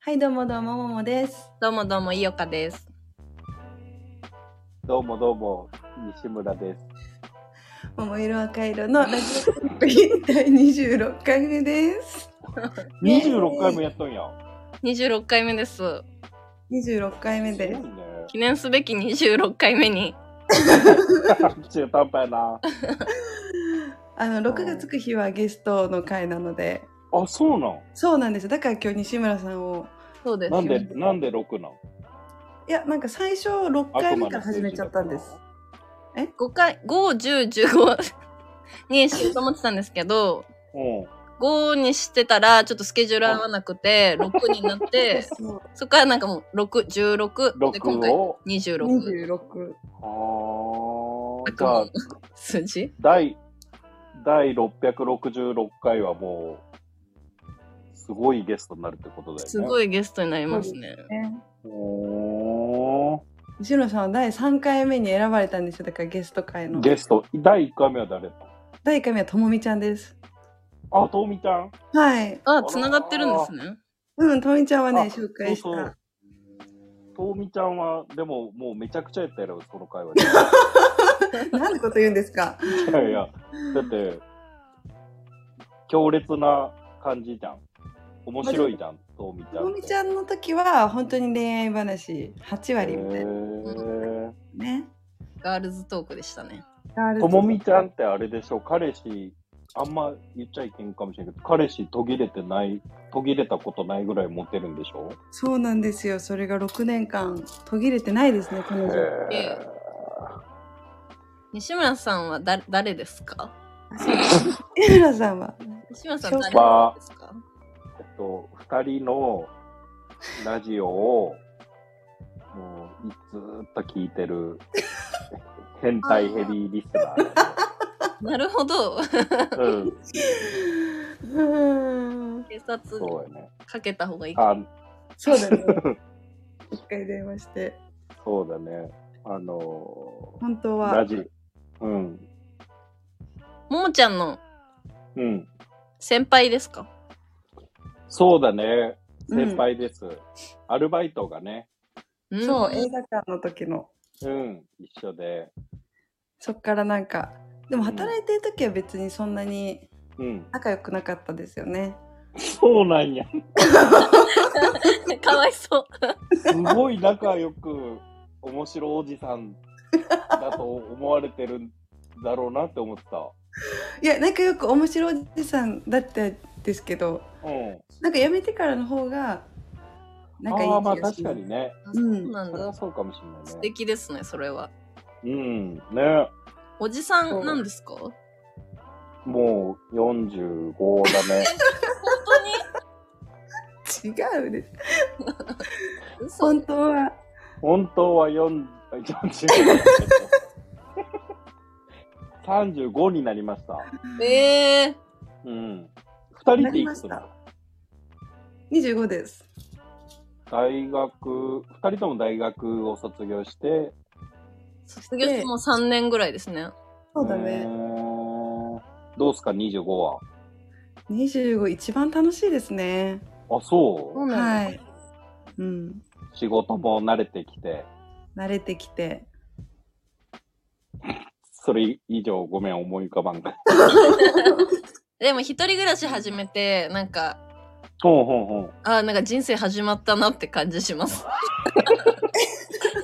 はい、どうもどうも、ももです。どうもどうも、いよかです。どうもどうも、西村です。もも色赤色のラジオトーク イン第26回目です。ね26回もやっとんや。 26回目です。 26回目すでごいす。ね。記念すべき26回目に。中途半端やな。あの、6がつく日はゲストの回なので、あ、そうなん。そうなんですよだから今日西村さんを、そうです。なんで、なんで6なんいや、なんか最初6回目から始めちゃったんです。。 5回、5、10、15にしようと思ってたんですけど、悪魔の数字だ5にしてたら、ちょっとスケジュール合わなくて、6になっ て、そうそこからなんかもう6、16、で、とうん。今6回を。 26 26。あーじ悪ゃ魔あの、数字第、第666回はもう、すごいゲストになるってことだよね。すい。ごいゲストになりますね。ねおー西村さんは第3回目に選ばれたんですよ。だからゲスト会の。ゲスト、第1回目は誰だ第1回目はともみちゃんです。あ、とうみちゃんはい。あ、繋がってるんですね。うん、ともみちゃんはね、あ紹そう介しそたう。。とうみちゃんは、でも、もうめちゃくちゃやったやろ、その会話 何のこと言うんですかいやいや、だって、強烈な感じじゃん。面白いじゃん、とうみちとゃもんっみて。ちゃんの時は本当に恋愛話8割みたいなへね。ガールズトークでしたね。ガールーズともみちゃんってあれでしょ、彼氏、あんま言っちゃいけんかもしれんけど、彼氏途切れてない、途切れたことないぐらいモテるんでしょそうなんですよ。それが6年間途切れてないですね、彼へ女。え。西村さんはだ誰ですか江村さんは。西村さんは誰まあですかえっと、二人のラジオを、もう、ずーっと聞いて る、変態ヘビーリスナなるほど。ー。ううん、ん。警察に そうやね。かけた方がいいか。あ、そうだね。一回電話して。そうだね。あの本当ー、ラは。ジ、うん、ももちゃんのうん。先輩ですかそうだね。うん先輩です。アルバイトがね、そう、ん 映画館の時の。うん、一緒で、そっからなんか。でも働いてる時は別にそんなにうん。仲良くなかったですよね。そうなんや。かわいそう。すごい仲良く、面白おじさんだと思われてるんだろうなって思ってた。いや、仲良く面白いおじさんだったんですけど、うん。なんか辞めてからの方が、なんかいい気ああ、まあがし確まかすにね。あうそんうなんそれだは。そうかもしれ素ないね。敵ですね、それは。うん。ね。おじさんなんですか本もう45だ ね。違うです。当に嘘本当は。本当は4、あ45 35になりました。えー、うん。2人なってりいまくしつただ。 25です。大学、2人とも大学を卒業して、卒業してもう3年ぐらいですね。そうだえね。ーどうすか、25は。 25一番楽しいですね。あ、そそうう。なはんだい。うん。仕事も慣れてきて、慣れてきて。それ以上ごめん、思い浮かばんか。でも一人暮らし始めて、なんか、ほんほんほん。あーなんか人生始まったなって感じします。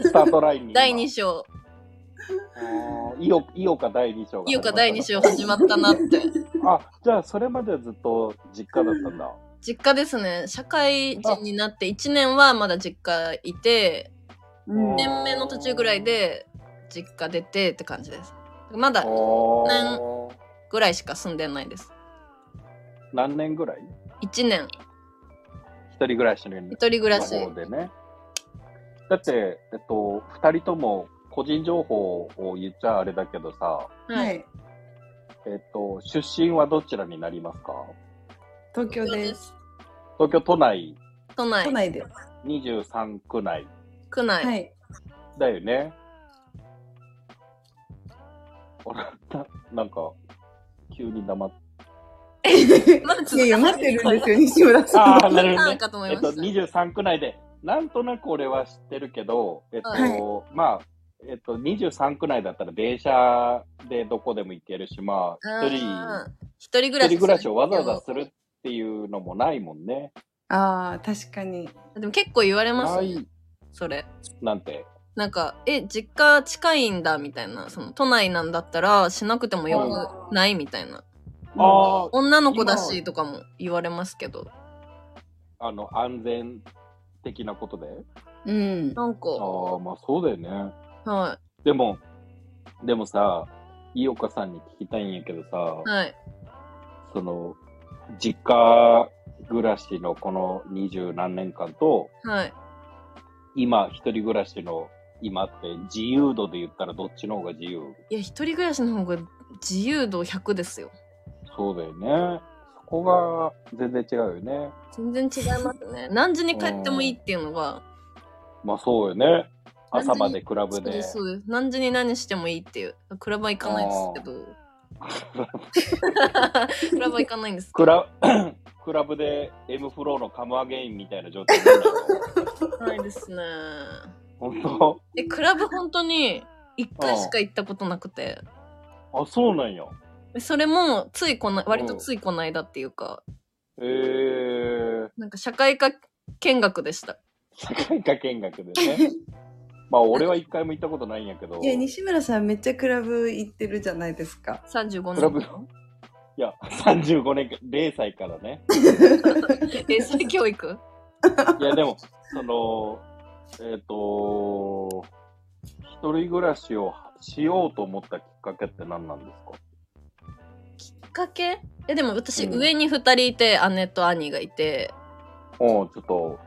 スタートラインに今。第2章、あーいよ、いよか第2章がい始よまったかの。第2章始まった なって。あ、じゃあそれまではずっと実家だったんだ。実家ですね。社会人になって1年はまだ実家いて、うん1。年目の途中ぐらいで実家出てって感じですまだお年ぐらいしか住んでないです何年ぐらい1年一人暮らしのの一人暮らし方でね。だって、えっと、二人とも個人情報を言っちゃあれだけどさ、ははいい。えっと、出身はどちらになりますか東京東京で。ですす東京都内都内都内です。 23区内区内、はい。だよね。あらななんか、急に黙っまだ続いやいや、待ってるんですよ、西村さんああ、は。なるほどなねん。かと思いえっまと、した。 23区内で、なんとなく俺は知ってるけど、えっと、はまあ、えっと、23区内だったら電車でどこでも行けるし、まあ、一人、うん一人暮一らし。人暮らしをわざわざするっていうのもないもんね。ああ、確かに。でも結構言われますなよい、それ。なんて。なんか、え、実家近いんだみたいな、その都内なんだったらしなくてもよくないみたいな。あ女の子だしとかも言われますけど。あ、あの、安全的なことで。うん。なんか、ああ、まあそうだよね。はでも、でもさ、井岡さんに聞きたいんやけどさ、い。はい。その、実家暮らしのこの二十何年間と、はい。今、一人暮らしの今って、自由度で言ったらどっちの方が自由いや、一人暮らしの方が自由度100ですよ。そうだよね。そこが全然違うよね。全然違いますね。何時に帰ってもいいっていうのが、まあそうよね。朝までクラブそうでで。す、そうです。何時に何してもいいっていう。クラブは行かない ですけど。クラブは行かないんですけクど。ラ クラブで M フローのカムアゲインみたいな状態になるんだよ行かないですね。 本当え、クラブ本当に1回しか行ったことなくて。あ、そうなんや。それも、ついこな、割とついこないだっていうか、えー、なんか社会科見学でした。社会科見学でね。まあ俺は一回も行ったことないんやけど。いや、西村さんめっちゃクラブ行ってるじゃないですか。 35クラブ年間。いや、35年間、0歳からね。英才教 育いや、でも、その、えっ、と一人暮らしをしようと思ったきっかけって何なんですかきっかけえ、でも私、うん上に2人いて、姉と兄がいて、うん、ちょっと、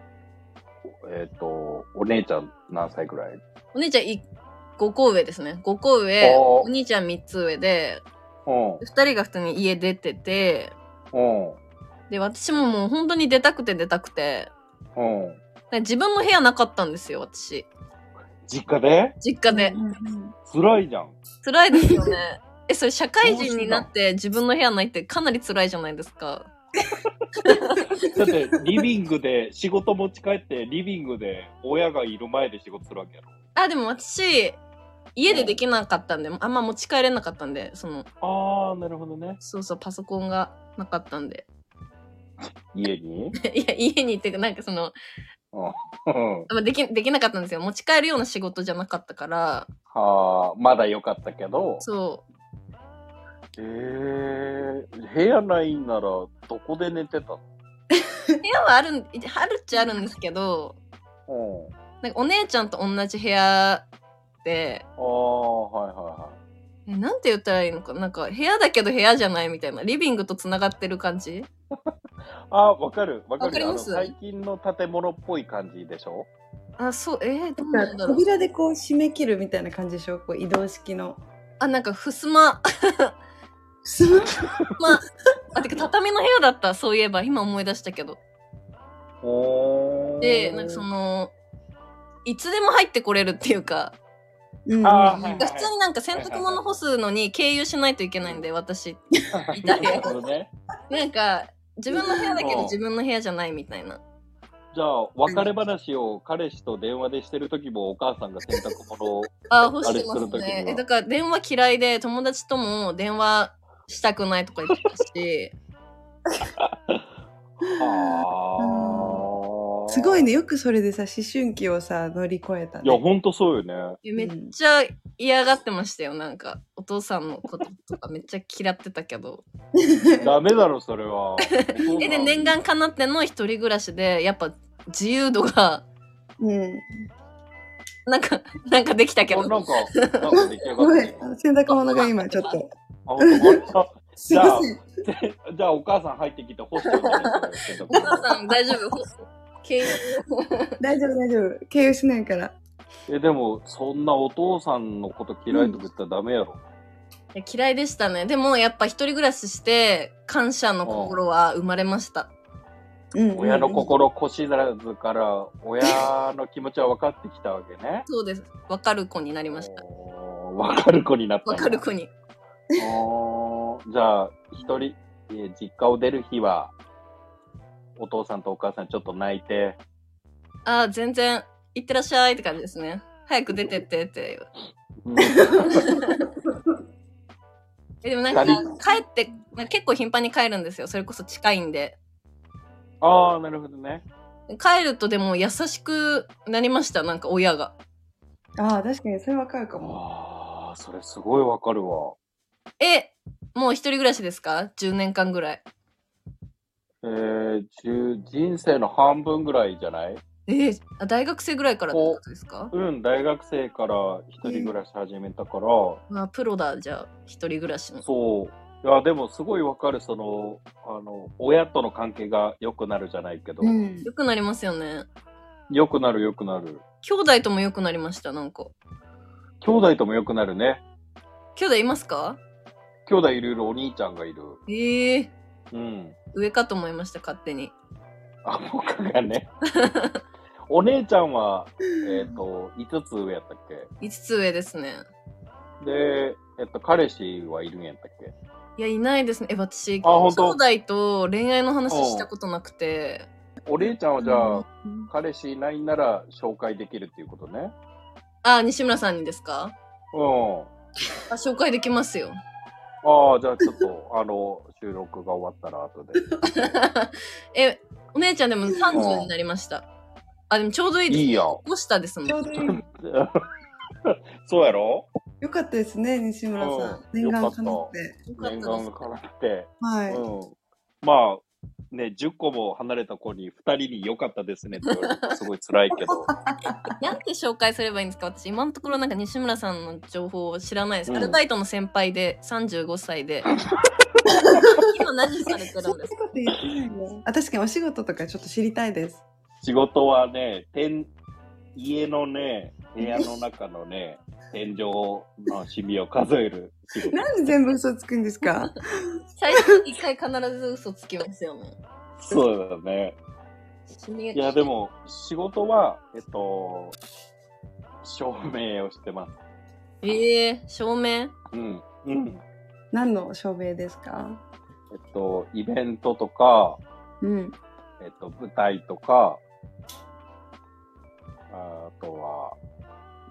えっ、と、お姉ちゃん何歳くらいお姉ちゃんい5個上ですね。5個上、おーお兄ちゃん3つ上で、うん、 2人が普通に家出てて、うん、で、私ももう本当に出たくて出たくて、うん。で自分の部屋なかったんですよ、私。実家で実家でう。んうん辛いじゃん。辛いですよね。 え、それ社会どうし人たになって自分の部屋ないってかなり辛いじゃないですか。だって、リビングで、仕事持ち帰って、リビングで、親がいる前で仕事するわけやろ。あ、でも私、家でできなかったんで、あんま持ち帰れなかったんで、その、あー、なるほどね。そうそう、パソコンがなかったんで。 家に いや、家に行ってか、なんかその、うん。あんまでき、できなかったんですよ。持ち帰るような仕事じゃなかったから、はあ、まだ良かったけど。そええ部屋ないならどこで寝てたう。部屋はあるん、あるっちゃあるんですけど、のなんかお姉ちゃんと同じ部屋で、ああ、はいはえなんて言ったらいいのかなんか部屋だけど部屋じゃないみたいなリビングとつながってる感じいはい。あわかるわかるわかりますあの最近の建物っぽい感じでしょあそうえー、どうななんかんだろう扉でこう締め切るみたいな感じでしょこう移動式の。あなんかふすま すごいまああてか畳の部屋だったそういえば今思い出したけどおーでなんかそのいつでも入ってこれるっていうかうんあーはい普通になんか洗濯物干すのに経由しないといけないんで私いたなよるほどね。なんか自分の部屋だけど自分の部屋じゃないみたいなじゃあ、別れ話を彼氏と電話でしてる時もお母さんが洗濯物を。あ、干してまあれすする時にねは。え、だから電話嫌いで、友達とも電話したくないとか言ってたし、はあ。すごい。ねよくそれでさ思春期をさ乗り越えたいや、ね。ほんと そうよね。えめっちゃ嫌がってましたよ。なんか、お父さんのこととかめっちゃ嫌ってたけど。 ダメだろ、それは。 え、で、念願かなっての一人暮らしで、やっぱ自由度が、うん。なんか、なんかできたけあなど。んか、なんか出来上ごがめっんた。洗濯物が今ちょっと。あ、本当あすい ません。じゃあお母さん入ってきて干してもらってお母さん大丈夫干す経由大丈夫大丈夫。経由しないから。え、でも、そんなお父さんのこと嫌いとか言ったらダメやろ。いや嫌いでしたね。でも、やっぱ一人暮らしして、感謝の心は生まれました。。うん親の。心こしらずから、親の気持ちは分かってきたわけねそうです。わかる子になりました。おー分かる子になったんわだかる子に。おーじゃあ、一人、一え実家を出る日は、お父さんとお母さんちょっと泣い て、ああ、全然、行ってらっしゃいって感じですね。早く出てってっていう。うんえでもなん二人か、帰って、まあ結構頻繁に帰るんですよ。それこそ近いんで。ああ、なるほどね。帰るとでも優しくなりました、なんか親が。ああ、確かにそれわかるかも。ああ、それすごいわかるわ。え、もう一人暮らしですか ?10 年間ぐらい。えー、十人生の半分ぐらいじゃないえーあ大学生ぐらいからってことですかうん、大学生から一人暮らし始めたから、まあ、プロだ、じゃあ、一人暮らしの。そう。いや、でもすごいわかる、その、あの、親との関係が良くなるじゃないけど、うん。よくなりますよね。良くなる良くなる。兄弟ともよくなりました、なんか。兄弟とも良くなるね。兄弟いますか兄弟いるいるお兄ちゃんがいる。ええー、うん。上かと思いました、勝手に。あ、僕 がね。お姉ちゃんは、えっ、と、5つ上やったっけ5つ上ですね。で、えっと、彼氏はいるんやったっけいや、いないですね。え、私、あ本当兄弟と恋愛の話したことなくて。お姉ちゃんはじゃあ、うん彼氏いないなら紹介できるっていうことね。あ、西村さんにですかうん。あ、紹介できますよ。 ああ、じゃあちょっと、 あの、収録が終わったら後で。え、お姉ちゃんでも30になりました。あ、でもちょうどいいです。 いい やん。 5下ですもん。ちょうどいい。そうやろよかったですね、西村さん。うん念願かなよっかて。よかった念です願が叶って。はい。うん。まあ、ね、10個も離れた子に2人に良かったですねって言われる とすごい辛いけど。なんて紹介すればいいんですか私、今のところなんか西村さんの情報を知らないです。うんアルバイトの先輩で35歳 で。今何されてるそんんでなすこと言ってないね。あ、確かにお仕事とかちょっと知りたいです。仕事はね、天、家のね、部屋の中のね、天井のシミを数える仕 事。なんで全部嘘つくんです かか最初に一回必ず嘘つきますよね。そうだね。いや、で。も、仕事は、えっと、証明をしてます。ええー、照明うん。うん。何の証明ですかえっと、イベントとか、うん。えっと、舞台とか、ああとは、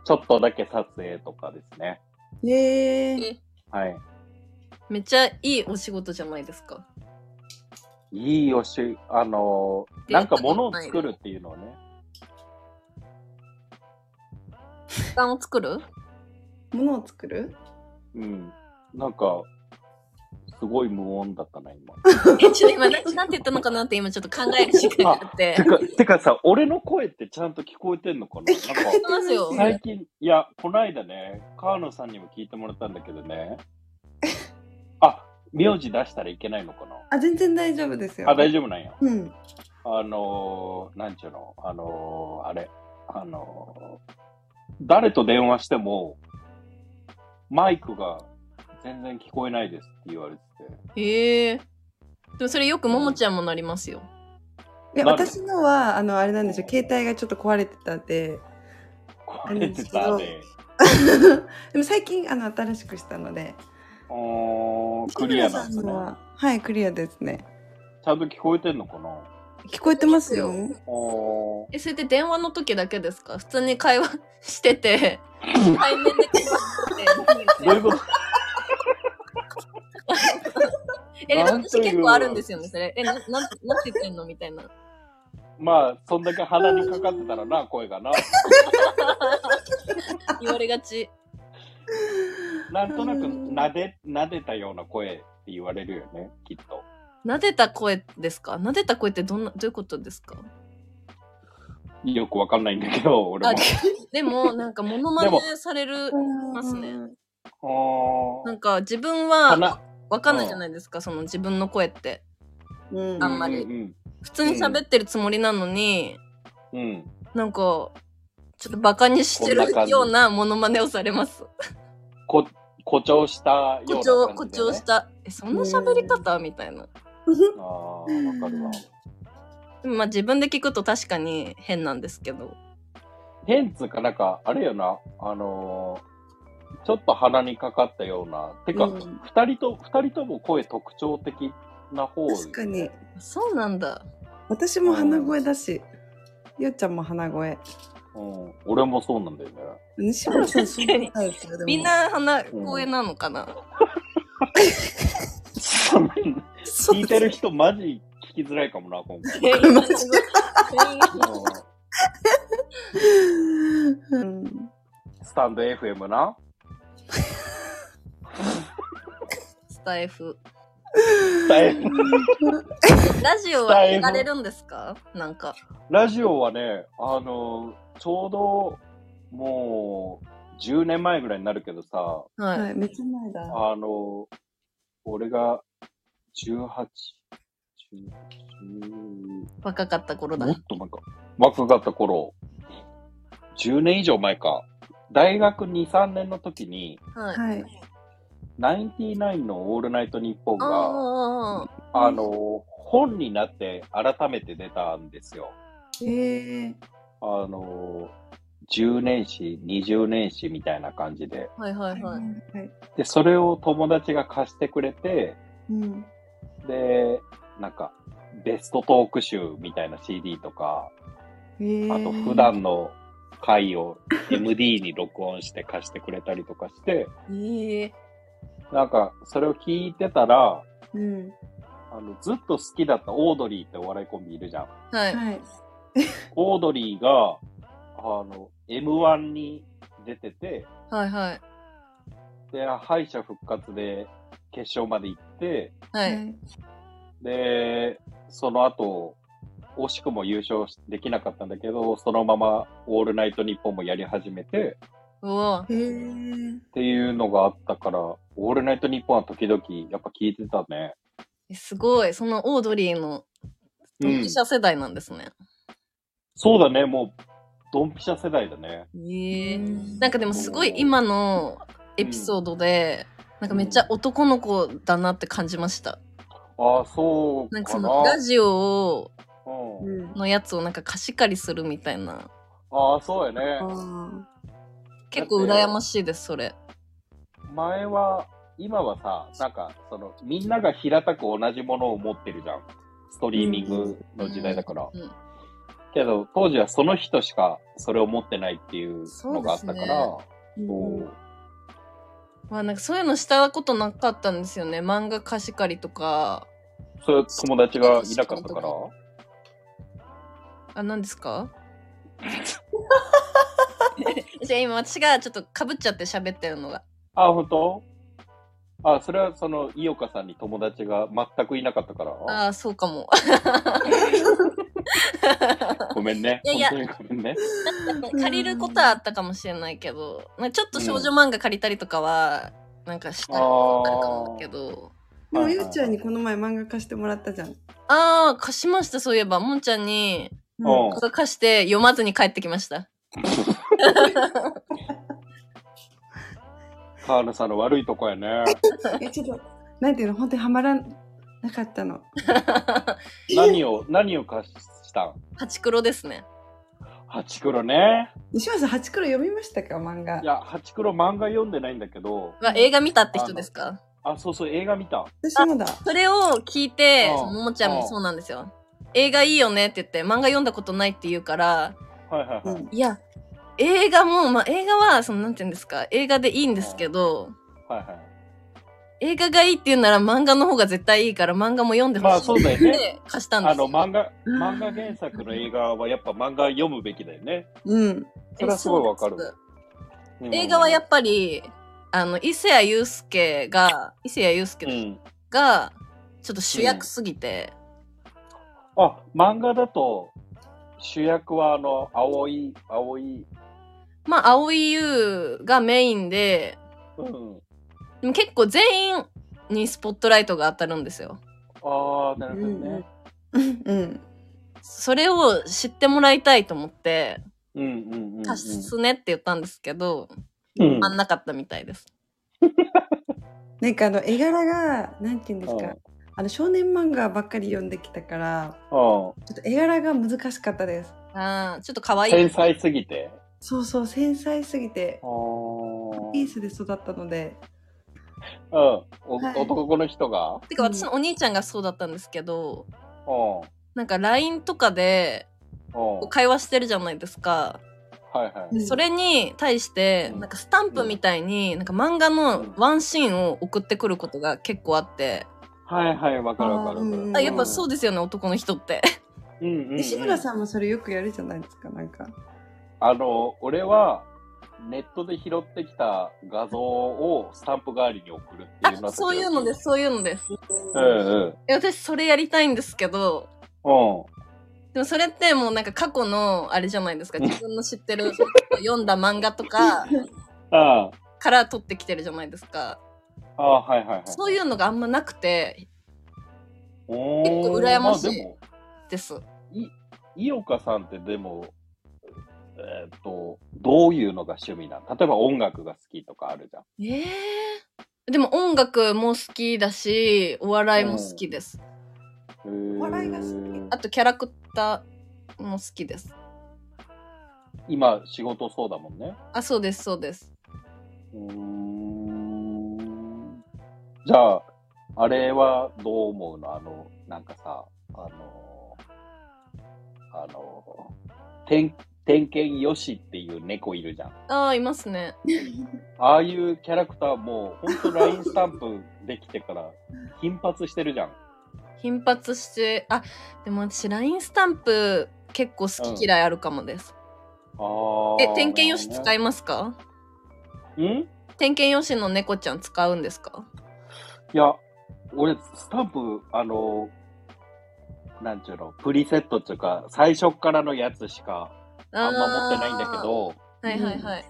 ちょっとだけ撮影とかですね。えー、はい。めっちゃいいお仕事じゃないですか。いいおし、あのー、出な会んったかこと物をない作るっていうのはね。時間を作る物を作るうん。なんか、すごい無音だったな、今。 え、ちょっと今、ななんて言ったのかなって今ちょっと考える時間 があってて。か、てかさ、俺の声ってちゃんと聞こえてんのかな聞なんこかえてますよ聞こえてま。最近、いや、こないだね、川野さんにも聞いてもらったんだけど ね。あ、名字出したらいけないのかなあ、全然大丈夫ですよ。あ、大丈丈夫なんや。夫。うん。あのー、なんちゅうの、あのー、あれ、あのー、誰と電話しても、マイクが全然聞こえないですって言われてええでもそれよくももちゃんもなりますよ。いや、なる私のは、あの、あれなんですよ。携帯がちょっと壊れてたん で。て、これってダメ。でも最近、あの、新しくしたので。うーん、クリアなんです西村さねの。ははい、クリアですね。ちゃんと聞こえてんのかな聞こえてますよ。おえ、それって電話の時だけですか普通に会話して て、対面で電話してどういうこと て。え、でもなんと私いう結構あるんですよね、それ。え、な、なん、なんて言ってんのみたいな。まあ、そんだけ鼻にかかってたらな、声がな。言われがち。 なんとなく、なで、なでたような声って言われるよね、きっと。撫でた声ですか撫でた声ってどんな、どういうことですかよくわかんないんだけど、俺あも。、でも、なんか、モノマでもネされる、ますねおなーんか、自分鼻は、わかんないじゃないですか、その自分の声って。うん。あんまりうんうん普通に喋ってるつもりなのに、うん。なんか、ちょっとバカにしてこんな感るじようなモノマネをされます。こ誇張したような誇張、感誇じでね張した。え、そんな喋り方みたいな。ああー、わかるわ。でもまあ自分で聞くと確かに変なんですけど。変っつうかなんか、あれよな、あのーちょっと鼻にかかったような。てか、う二、ん人と、二人とも声特徴的な方です確かに。そうなんだ。私も鼻声だし、ゆうちゃんも鼻声。うん、俺もそうなんだよね。西村さん、そう確かにタイプよでもみんな鼻声なのかな、そう聞いてる人マジ聞きづらいかもな、今回。 全員マジううんんスタンド FM な。スタイフ。大変ラジオはやられるんですかなんか。ラジオはね、あの、ちょうどもう10年前ぐらいになるけどさ、はい。はい、めっちゃ前だ。あの、俺が18、若かった頃10だ。もっとなんか、若かった頃、10年以上前か、大学2、3年の時に、はい。はい。ナインティナインのオールナイトニッポンあが、あああの、本になって改めて出たんですよ。ええあの、10年史、20年史みたいな感じで。あ。はいははいい。ははい。い。で、それを友達が貸してくれて、うん。で、なんか、ベストトーク集みたいな CD とか、ええあと普。段の回を MD に録音して貸してくれたりとかして、ええなんか、それを聞いてたら、うん。あの、ずっと好きだったオードリーってお笑いコンビいるじゃん。はい。はい。オードリーが、あの、M1 に出てて、はいはい。で、敗者復活で決勝まで行って、は。はいいで、その後、惜しくも優勝できなかったんだけど、そのままオールナイトニッポンもやり始めてうわ。ええっていうのがあったから、オールナイトニッポンは時々やっぱ聞いてたね。えすごい。そのオードリーのうドンんピ。シャ世代なんですね。そうだね、もう、ドンピシャ世代だね。ええうんなんかでもすごい今のエピソードで、なんかめっちゃ男の子だなって感じました。ああ、そうなかな。んかそのラジオうう、んん。のやつをなんか貸し借りするみたいな。ああ、そうやね。あ結構羨ましいです、それ。前は、今はさ、なんか、その、みんなが平たく同じものを持ってるじゃん。ストリーミングの時代だから。うんけど、当時はその人しかそれを持ってないっていうのがあったかそら、ーそううんまあなんかそういうのしたことなかったんですよね。漫画貸し借りとか。そういう友達がいなかったから、あ、何です か じゃあ今私がちょっとかぶっちゃって喋ってるのが。あ、本当あ、それはその、井岡さんに友達が全くいなかったから、ああ、そうかも。ごめんね。いやいや本当にごめんね。借りることはあったかもしれないけど、まあちょっと少女漫画借りたりとかは、なんかしたことあるかもだけど。でもゆうちゃんにこの前漫画貸してもらったじゃん。ああ、貸しました、そういえば。もんちゃんに、うんこれ貸して読まずに帰ってきました。 河野さんの悪いとこやね。え、ちょっと、なんていうの、本当にはまらなかったの。何を、何を貸したんハチクロですね。ハチクロね。西村さん、八黒読みましたか、漫画い。や、ハチクロ漫画読んでないんだけど、まあ、映画見たって人ですかあ、そうそう、映画見た。私もだ。それを聞いて、うんそのももちゃんもそうなんですよ。映画いいよねって言って、漫画読んだことないって言うから、はいはいはい。うんいや、映画も、まあ映画は、その、なんて言うんですか、映画でいいんですけど、はいはい。映画がいいって言うなら漫画の方が絶対いいから漫画も読んでほまあしいそうだよっね。て貸したんであすよ。の漫画、漫画原作の映画はやっぱ漫画読むべきだよね。うん。それはすごいわかるえそうです映画はやっぱり、あの、伊勢谷友介が、伊勢谷友ぱ介うですん。が、ちょっと主役すぎて、あ、漫画だと主役はあの、青い、青い、まあ、蒼井優がメインで、うん。でも結構全員にスポットライトが当たるんですよ。ああ、なるほどね。うん。それを知ってもらいたいと思って、うんうんうん、うん。貸すねって言ったんですけど、うんあんなかったみたいです。なんかあの絵柄が、なんていうんですうかん。あの少年漫画ばっかり読んできたから、うんちょっと絵柄が難しかったです。ああ、ちょっと可愛い。繊細すぎて。そうそう、繊細すぎてあ、ーピースで育ったので、うん。おはい男の人がてか私のお兄ちゃんがそうだったんですけど、うん。うん。なんか LINE とかでこうは会話してるじゃないですか。いはうい。んそれに対してうんなんかスタンプみたいになんか漫画のワンシーンを送ってくることが結構あって、はいはい、わかるわかるわかうる。んあやっぱそううですよね男の人って。んうんうん。西村さんもそれよくやるじゃないですか、なんか。あの、俺は、ネットで拾ってきた画像をスタンプ代わりに送るっていう。あそういうのですすそういうのです。うんうん。うん。え私それやりたいんですけどでもそれってもうなんか過去のあれじゃないですか自分の知ってる 読んだ漫画とかあから取ってきてるじゃないですかあ、ああはいはいはい。そういうのがあんまなくておー結構羨ましいあでも、ですい、井岡さんってでも、えーっと、どういうのが趣味なの例えば音楽が好きとかあるじゃん。ええでも音楽も好きだしお笑いも好きですお笑いが好きあとキャラクターも好きです今、仕事そうだもんね。あそうですそうですうーん。じゃあ、あれはどう思うのあの、なんかさ、あの、あの、点、点検よしっていう猫いるじゃん。ああいますねああいうキャラクターもう、ほんと LINE スタンプできてから、頻発してるじゃん。頻発してあでも私 LINE スタンプ結構好き嫌いあるかもです、あえ点検用紙使いますか、いんい点検用紙の猫ちゃん使うんですかや、俺、スタンプ、あの、なんちゅうの、プリセットっていうか、最初っからのやつしか、あんま持ってないんだけど、あー。はいはいはい。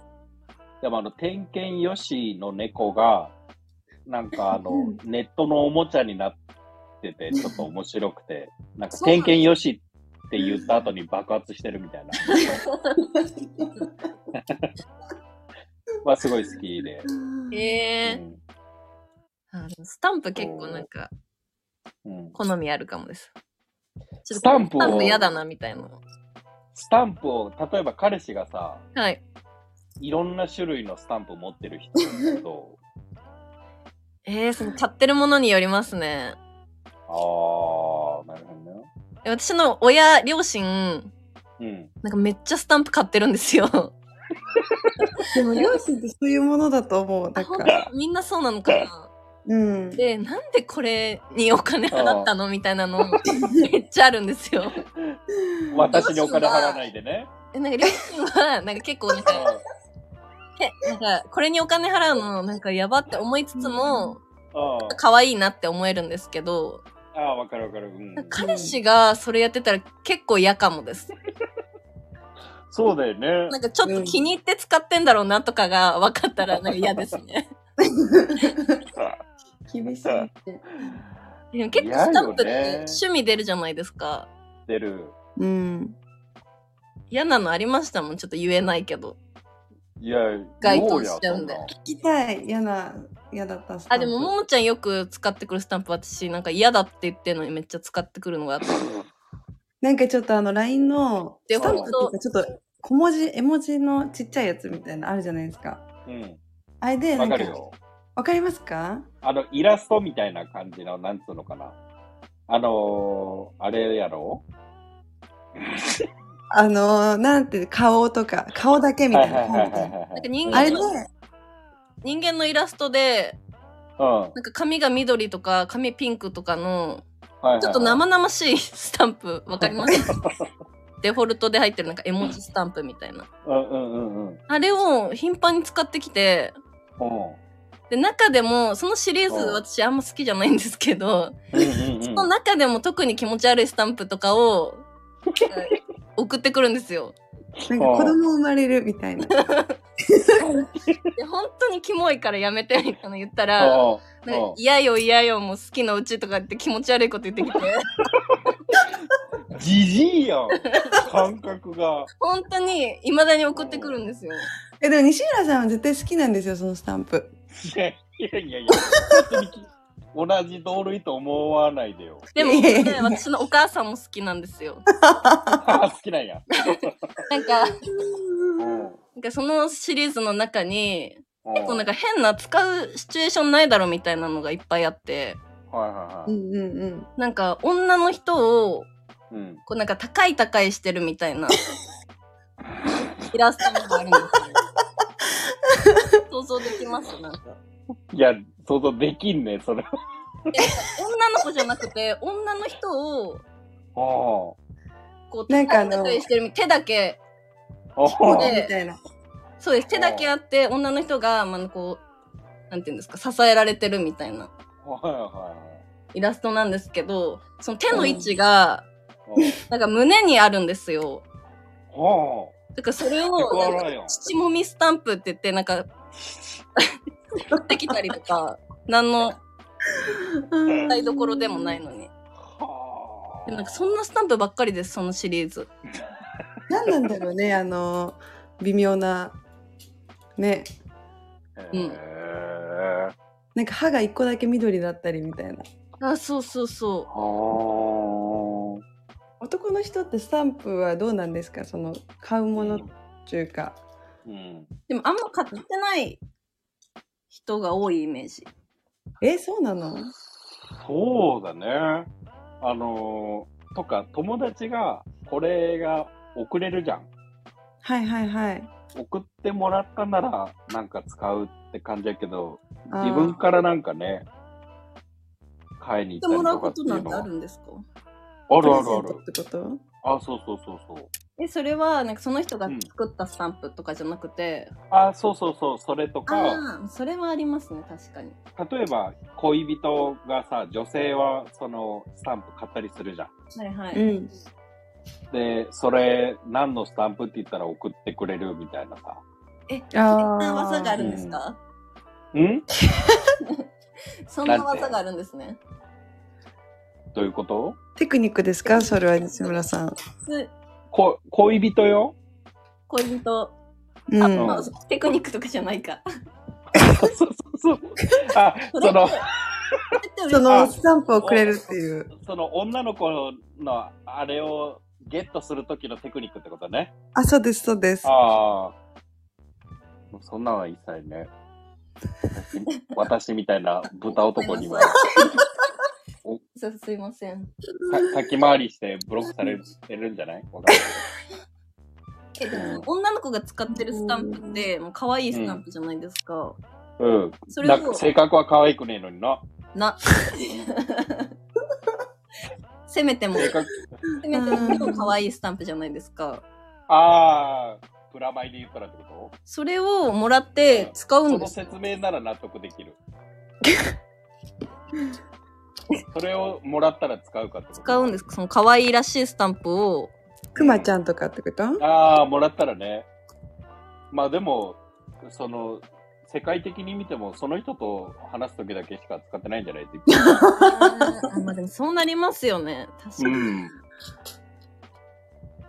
でもあの、点検よしの猫が、なんかあうのん、ネットのおもちゃになって て、ちょっと面白くて、なんかそうなん点だ検よしって言った後に爆発してるみ たいな。まあすごい好きで。ええうあでもスタンプ結構なんかんうん好みあるかもです。ちょっとスタンプをスタンプ嫌だなみたいな。スタンプを、例えば彼氏がさ、はい。いろんな種類のスタンプ持ってる人なんだ けど、えー、その買ってるものによりますね。あー、なるほどね。え私の親、両親、うん。なんかめっちゃスタンプ買ってるんですよ。でも、両親ってそういうものだと思う。あ、だほかんら。とみんなそうなのかな。うん。で、なんでこれにお金払ったのみたいなの、めっちゃあるんですよ。私にお金払わないでね。え、なんか両親は、なんか結構なんか、えなんかこれにお金払うのなんかやばって思いつつもあー可愛いなって思えるんですけどあー、わかるわかる。うん。彼氏がそれやってたら結構嫌かもですそうだよ ね。なんかちょっと気に入って使ってんだろうなとかが分かったらなんか嫌です ね厳しいって。でも結構スタンプっ嫌よてね趣味出るじゃないですか出る。うん。嫌なのありましたもんちょっと言えないけどいや、該ど当うやしちゃうんでそな聞きたい。嫌な、嫌だったスタあンプでもももちゃんよく使ってくるスタンプ私なんか嫌だって言ってるのにめっちゃ使ってくるのがあってなんかちょっとあの LINE のでスタンプっていうかちょっと小文字、絵文字のちっちゃいやつみたいなのあるじゃないですか。うあれでん。なわんかか、るよ。わかりますかあの、イラストみたいな感じの、なんつうのかな。あのー、あれやろあのー、なんて顔とか、顔だけみたいな感じで。なんかい人あ間れで、の人間のイラストでうんなんか髪が緑とか髪ピンクとかのはいはいはい。ちょっと生々しいスタンプわかります デフォルトで入ってるなんか絵文字スタンプみたいなうんうんうんうん。あれを頻繁に使ってきてで中でもそのシリーズうん私あんま好きじゃないんですけどうん。その中でも特に気持ち悪いスタンプとかを はい送ってくるんですよなんか子供生まれるみたいな。で本当にキモいからやめてみたいなの言ったうらん「うなんんか嫌よ嫌よもう好きなうち」とかって気持ち悪いこと言ってき てうん。じじいやん。感覚が。本当にいまだに送ってくるんですよえ、でも西村さんは絶対好きなんですよ、そのスタンプ。いやいやいやいや。本当にき同じ同類と思わないでよ。でも、ね、私のお母さんも好きなんですよ。あ好きなんや。なんか、うん。なんかそのシリーズの中に、結構なんか変な使うシチュエーションないだろみたいなのがいっぱいあって、はいはいうはい。んうんうん。なんか女の人をうん。こうなんか高い高いしてるみた いなイラストがあるんですよ。想像できますなんか。いや、想像できんね、それ。あ女の子じゃなくて女の人をあ。こうな高いんかあの高いしてるみ手だけあポーチであ。みたいな。そうです手だけあって女の人がまあこうなんていうんですか支えられてるみたいなはいはイラストなんですけどその手の位置がいはい。なんか胸にあるんですよ。ああ。だからそれをセクハなんかラやん。父もみスタンプって言ってな んか取ってきたりとか何のうん台所でもないのに。はあでもなんかそんなスタンプばっかりですそのシリーズ。何なんだろうね、あの、微妙な。ね。へうんえ。なんか歯が一個だけ緑だったりみたいな。あそうそうそああ。男の人ってスタンプはどうなんですかその買うものっていうか。うん。う。でもあんま買ってない人が多いイメージ。え、そうなのそうだね。あのーとか、友達が、これが送れるじゃん。はいはいはい。送ってもらったなら、なんか使うって感じやけど、あー自分からなんかね、買いに買っても行ったらうりとかこってといなてあうんのは。るんですかあプるあレるゼあントるっ。てことあ、そうそうそうそう。えそれはなんかその人が作ったスタンプとかじゃなくて、あ、そうそうそう。それとか、ああそれはありますね確かに。例えば恋人がさ、女性はそのスタンプ買ったりするじゃん。はいはい。うん。で、それ、何のスタンプって言ったら送ってくれるみたいなさ。えそんあーな技があるんですか、んそんな技があるんですね。どういうことテクニックですかそれは西村さん。すこ恋人 よ恋人、うあん。まあテクニックとかじゃないか。そうそうそう。あ、それそ の、そのあスタンプをくれるっていう。その女の子のあれをゲットするときのテクニックってことね。あ、そうですそうです。ああ。そんなのは一切ね。私みたいな豚男には すすいません。さ先回りしてブロックされてるんじゃないわかんないえでも女の子が使ってるスタンプってもう可愛いスタンプじゃないですか。うん。それなんをか性格は可愛くねえのにな。な せめても性格せめても可愛いスタンプじゃないですか。ああ、プラマイで言ったらってこそれをもらって使とうんそのです。説明なら納得 できる。それをもらったら使うかってこと使うんですかその可愛いらしいスタンプ を。くまちゃんとかってことああ、もらったらね。まあでも、その、世界的に見ても、その人と話すときだけしか使ってないんじ ゃないって。あまあでもそうなりますよね。確かうに。ん。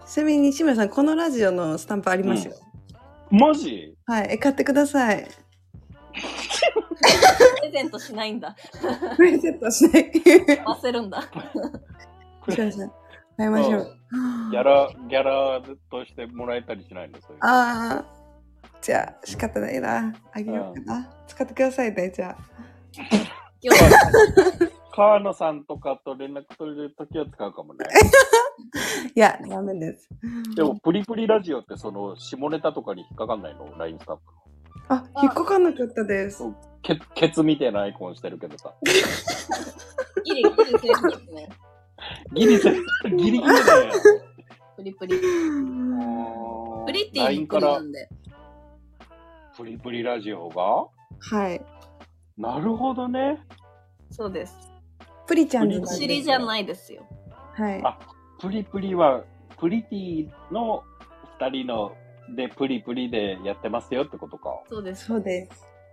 ちなみに西村さん、このラジオのスタンプありますよ。マジはい。え、買ってくださ い。プレゼントしないんだ。プレゼントしない。忘れるん だ。西村さん、買いましょう。ギャラ、ギャラとしてもらえたりしないのそういう。ああ。じゃあ、仕方ないな。あげようかな。使ってくださいね、じゃあ。今日川野さんとかと連絡取れるときは使うかもね。いや、ダメです。でも、プリプリラジオって、その、下ネタとかに引っかかんないの ?LINE スタンプの。あ、引っかかんなかったです。ケケツみたいなアイコンしてるけどさ。ギリギリセーフですね。ギリセ、ギリギリだよ。プリプリ。プリってい LINE うのかならんで。プリプリラジオがはい。なるほどね。そうです。プリちゃんズおなんで尻じゃないですよ。はい。あプリプリは、プリティの2人ので、プリプリでやってますよってことか。そうです。そうです。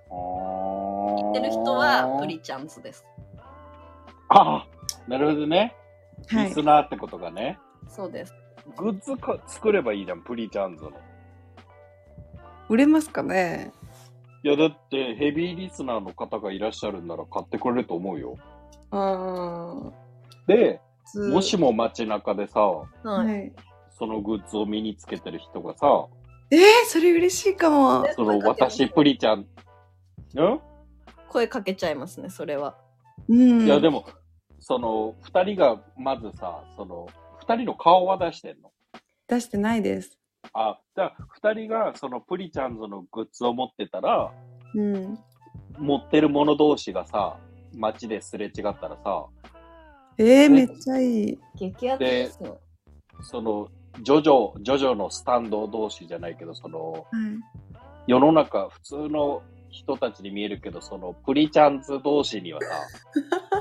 知知ってる人はプ。リちゃんズです。あなるほどね。はリいス。ナーってことがね。そうです。グッズか作ればいいじゃん、プリちゃんズの。売れますかねいや、だってヘビーリスナーの方がいらっしゃるんなら買ってくれると思うよ。あで、あ。もしも街中でさ、は。はいい。そのグッズを身につけてる人がさ、えー、それ嬉しいかも。えその私プリちゃん、うん声かけちゃいますね、それは。うん。いや、でも。も、その、二人がまずさ、その、二人の顔は出してんの。出してないです。あ、じゃあ、二人がそのプリちゃんズのグッズを持ってたら、うん。持ってる者同士がさ、街ですれ違ったらさ、えー、めねっちゃいい。激アツですよ。その、ジョジョ、ジョジョのスタンド同士じゃないけど、その、はい。世の中普通の人たちに見えるけど、そのプリチャンズ同士にはさ、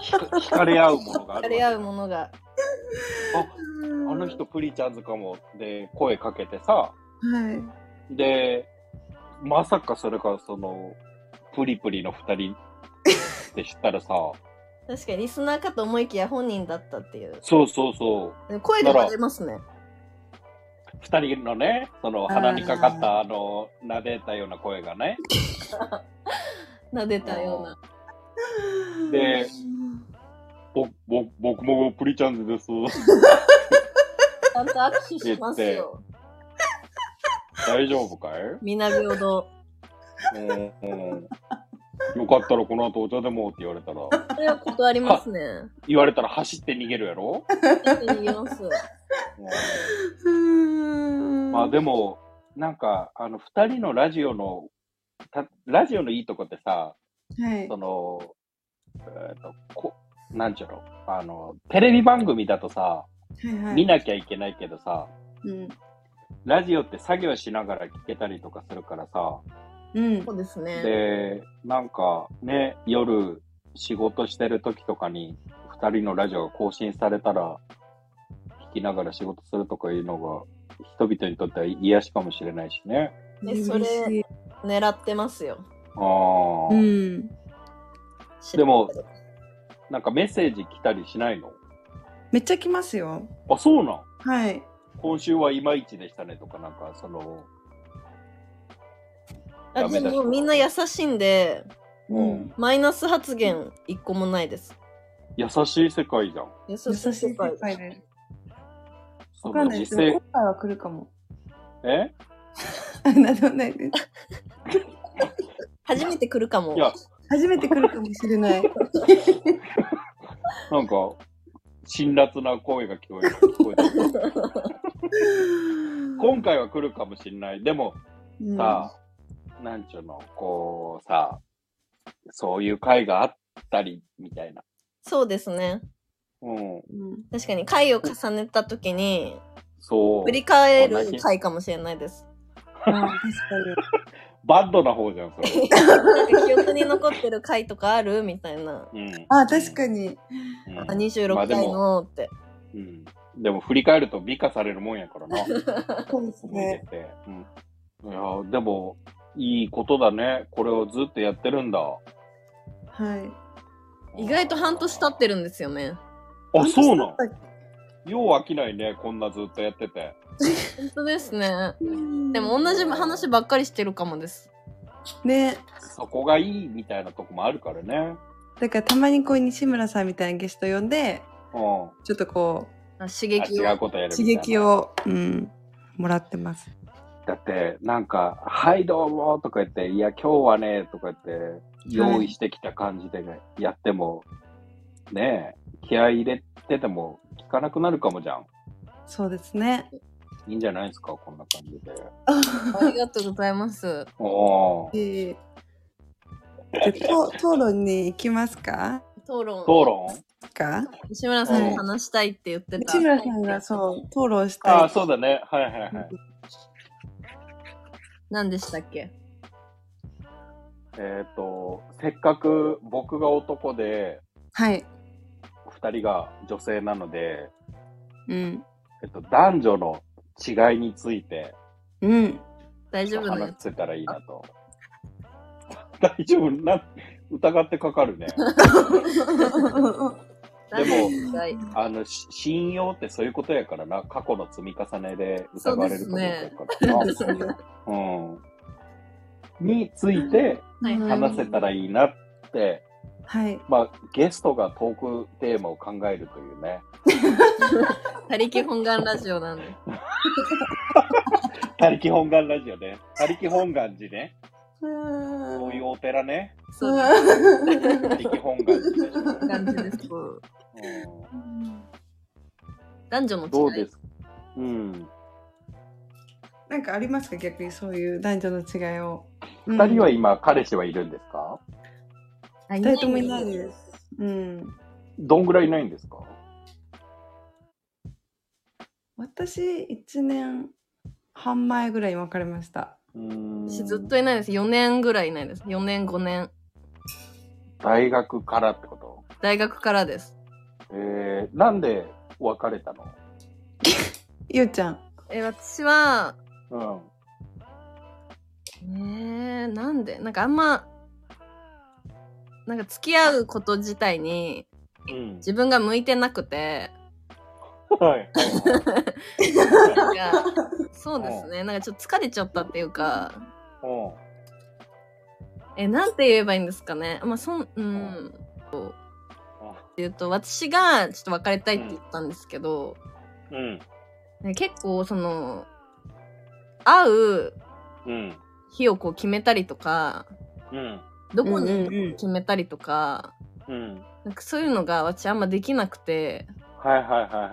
ひか惹かれ合うものがあ惹かるわれけ。合うものが。あの人プリチャンズかも。で、声かけてさ、はい。で、まさかそれからその、プリプリの二人って知ったらさ、確かにリスナーかと思いきや本人だったっていう。そうそうそう、声でも出ますね。二人のね、その鼻にかかったあの、撫でたような声がね、撫でたような。でぼ、ぼ、僕もプリチャンズです。ちゃんと握手しますよ。大丈夫かい皆平等。うんうんよかったらこの後お茶でもって言われたら、それは断りますね。言われたら走って逃げるやろ、逃げます。ううん。んまあでも、なんか、あの、二人のラジオの、たラジオのいいとこってさ、はいそ。の、えーと、こなんちゅうの、あの、テレビ番組だとさ、はいはい。見なきゃいけないけどさ、うん。ラジオって作業しながら聞けたりとかするからさ、うんそ。うですね。で、なんかね、夜仕事してる時とかに2人のラジオが更新されたら、聞きながら仕事するとかいうのが、人々にとっては癒しかもしれないしね。でそれ嬉しい狙ってますよ。ああ、うん。でもなんかメッセージ来たりしないのめっちゃ来ますよ。あ、そうなんはい。今週はいまいちでしたねとか、なんかその、あダメでだもみんな優しいんで、うん、マイナス発言一個もないです。優しい世界じゃん。優し優いしい世世界界で。そわかんのないです実で際も、今回は来るかも。えあ、なんでもないです。初めて来るかもい。や、初めて来るかもしれない。なんか、辛辣な声が聞こえる。聞こえてくる 今回は来るかもしれない。でも、うんさ、なんちゅうの、こうさ、そういう会があったり、みたいな。そうですね。うん、うん確かに回を重ねた時にそう振。り返る回かもしれない です。あー確かバッドな方じゃん、それ。なんか記憶に残ってる回とかあるみたいな。うん、に。あ、確かに。うん。あ26まあで回も、のって。うん。でも振り返ると美化されるもん やからな。そうです見てね。て。うん。いやー、でも、いいことだね。これをずっとやってるんだ。はい。意外と半年経ってるんですよね。あ、そうな本ん当だったっよう飽きないね、こんなずっとやってて。本当ですね。けでも同じ話ばっかりしてるかもです。ね。そこがいいみたいなとこもあるからね。だからたまにこう西村さんみたいなゲスト呼んで、うん。あちょっとこあ刺激違うを。ことやうるみた刺いな。激を、うん、もらってます。だって、なんか、はい、どうもとか言って、いや、今日はね、とか言って、用意してきた感じでね、やっても、ねえ、気合い入れてても、聞かなくなるかもじゃん。そうです ね。いいんじゃないですか、こんな感じで。ありがとうございます。おえー。ーじゃあと討論に行きますか討論。討論か西村さんが話したいって言ってた。西村さんがそう、討論したい。ああ、そうだね。はいはいはい。何でしたっけえっ、と、せっかく僕が男で、はい。二人が女性なので、うん。えっと、男女の違いについてうん。大丈夫話ね。せたらいいなと。 大丈夫な、疑ってか かるね。で もはいあの、し信用ってそういうことやからな、過去の積み重ねで疑われることやからな。そうですね うん。についてはいうん話せたらいいなって、はい。まあ、ゲストがトークテーマを考えるというね。他力本願ラジオなんで。 他力本願ラジオね。他力本願寺ね。そそういうお寺ね。そうい う力本願寺でし ょ感じです。うん男女の違い。どうですかうん。なんかありますか逆にそういう男女の違いを。二二人は二今、彼氏はいるんですかあ人ともいないです。うん。どんぐらいいないんですか私一年半前ぐらいに別れました。私ずっといないです。4年ぐらいいないです。4年、5年。大学からってこと大学からです。えー、なんで別れたのゆうちゃん。え、私は、うん。ねえ、なんでなんかあんま、なんか付き合うこと自体にうん。自分が向いてなくて、 はい。なんか、そうですね。なんかちょっと疲れちゃったっていうか、うん。え、なんて言えばいいんですかね。まあ、そん、うん。言うと、私がちょっと別れたいって言ったんですけど、うん。ね結構その、会ううん。日をこう決めたりとか、うん。どこに行うんうんうんくか決めたりとか、うん。なんかそういうのが私あんまできなくて、はいはいはいはいはいはい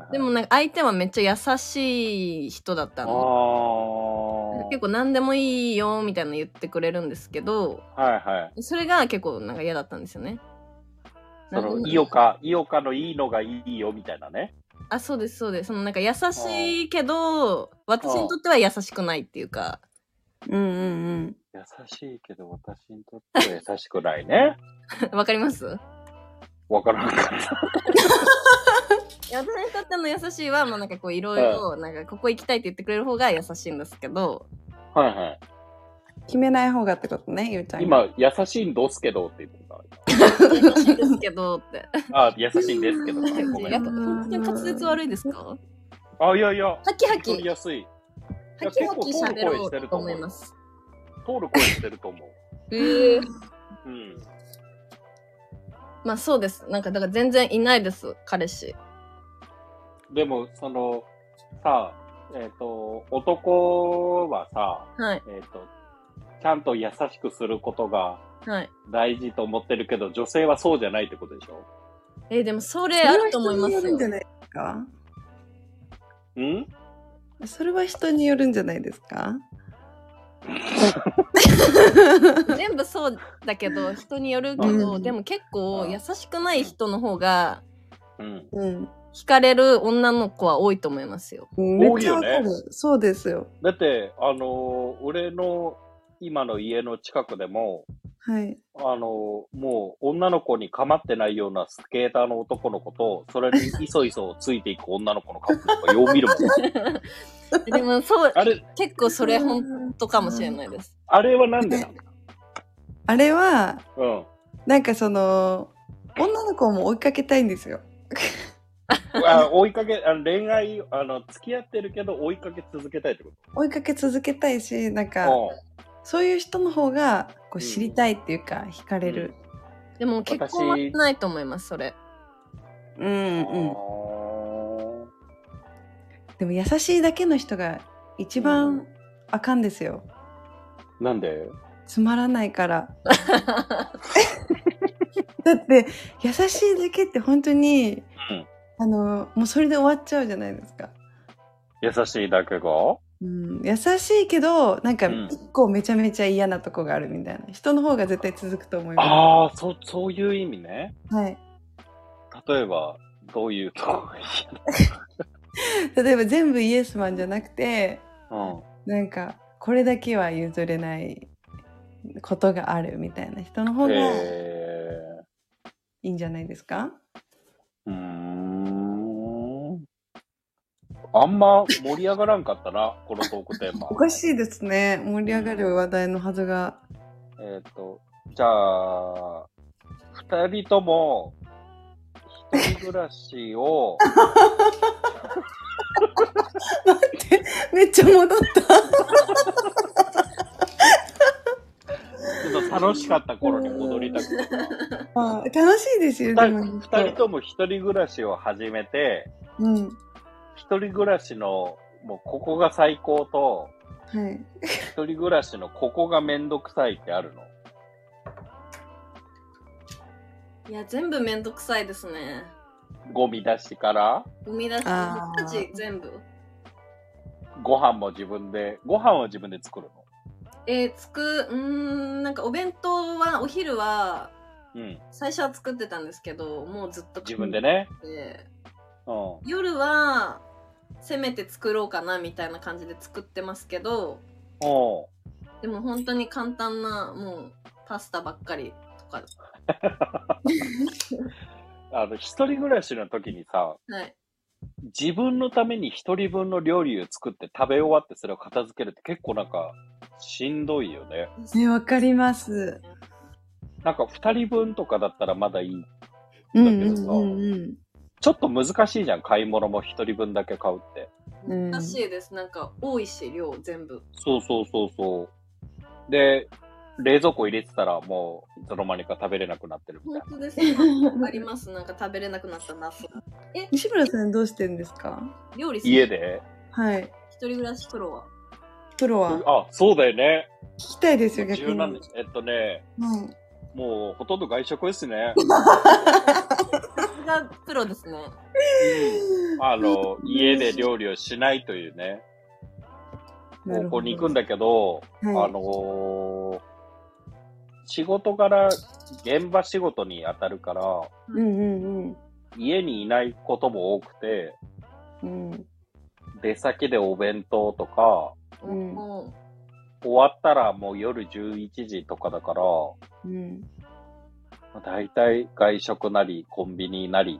はい。でもなんか相手はめっちゃ優しい人だったあの。ー結構何でもいいよみたいなの言ってくれるんですけど、はいはい。それが結構なんか嫌だったんですよね。そなんの、かいおか、いおかのいいのがいいよみたいなね。あ、そうです、そうです。そのなんか優しいけど、私にとっては優しくないっていうか、 うんうん優しいけど私にとっては優しくないね。わかりますわからんかった。いや私にとっての優しいは、もうなんかこういろいろ、なんかここ行きたいって言ってくれる方が優しいんですけど、はいはい。うん。決めない方がってことね、ゆうちゃんが。今、優しいんどすけどって言って 優しいんですけどって。た。あ、優しいんですけ ど。ごめやっん。ぱ、本当に滑舌悪いですかハあ、いやいや。キハ聞キ、きハやすい。キハキ喋ろうと思います。通る声してると思う。ええうん。まあそうです。なんか、だから全然いないです、彼氏。でも、その、さあ、えっ、と、男はさ、はい、えっ、と、ちゃんと優しくすることがはい。大事と思ってるけど、女性はそうじゃないってことでしょえーでもそれあると思います それは人によるんよじ。ゃないですかうんそれは人によるんじゃないですか全部そうだけど、人によるけうど、んでも結う構ん優しくない人の方が、うん。うん。惹かれる女の子は多いと思いますよ。めっ多いちゃよわねかる。そうですよ。だって、あのー俺の今の家の近くでも、はい。あのーもう女の子に構ってないようなスケーターの男の子と、それにいそいそついていく女の子のカップルとかよう見 るもん。でもそう、あれ、結構それ本当かもしれないです。あれはなんでなあれは、のなんかその、女の子も追いかけたいんですよ。うん。あ追いかけ、あの恋愛、あの、付き合ってるけど追いかけ続けたいってこ追いかけ続けたいし、なんか、とそういう人の方がこうんう知りたいっていうか、惹かれる。でも結婚はしないと思います、それ。うんううんん。うん。でも優しいだけの人が一う番んあかんですよ。あーなんでつまらないから。だって優しいだけって本当に、うんあのもうそれで終わっちゃうじゃないですか。優しいだけがうん、優しいけどなんかうん一個めちゃめちゃ嫌なとこがあるみたいな人の方が絶対続くと思いまああ、そ、そういう意味ね。す。はい、例えば、どういうとこがい例えば全部イエスマンじゃなくてうん。なんかこれだけは譲れないことがあるみたいな人の方がいえいんじゃないですか、ー、うーん。あんま盛り上がらんかったな、 このトークテーマお。かしいですね盛り上がる話題のはずが。 えっ、と、じゃあ、二人とも、一人暮ら しを、待ってめっちゃ戻った。ちょっと楽しかった頃に戻りたくて。あ楽しいですよ、でも。二人とも一人暮らしを始めて、うん。一人暮らしの、もうここが最高と、はい。一人暮らしのここがめんどくさいってあるのいや、全部めんどくさいですね。ゴミ出しから生み出し、あー家事全部。ご飯も自分で、ご飯は自分で作るえー、つく、うーん、なんかお弁当は、お昼は、のうん。最初は作ってたんですけど、もうずっと自分でね。でうん。夜は、せめて作ろうかなみたいな感じで作ってますけど、おでも本当に簡単な、もう、パスタばっかりとか。あの、一人暮らしの時にさ、はい。自分のために一人分の料理を作って食べ終わってそれを片付けるって結構なんかしんどいよね。ね、わかります。なんか二人分とかだったらまだいい。うんだうけどんさうんちょっと難しいじゃん、買い物も一人分だけ買うって。うん難しいです。なんか、多いし、量全部。そうそうそうそう。で、冷蔵庫入れてたらもういつの間にか食べれなくなってるみた本当いですうん。あります。なんか食べれなくなったナス。西村さんどうしてんですか料理すな。る家ではい。一人暮らしプロは。プロは。あ、そうだよね。聞きたいですよ、逆に。柔軟です。えっとね、はいもうほとんど外食で すね。さすがプロですね。うんあの、家で料理をしないというね、なる方ほど向に行くんだけど、はいあのー仕事から、現場仕事に当たるから、うんうん家にいないことも多くて、うん。うん。出先でお弁当とか、うんも終わったらもう夜11時とかだから、うん。だいたい外食なり、コンビニなり、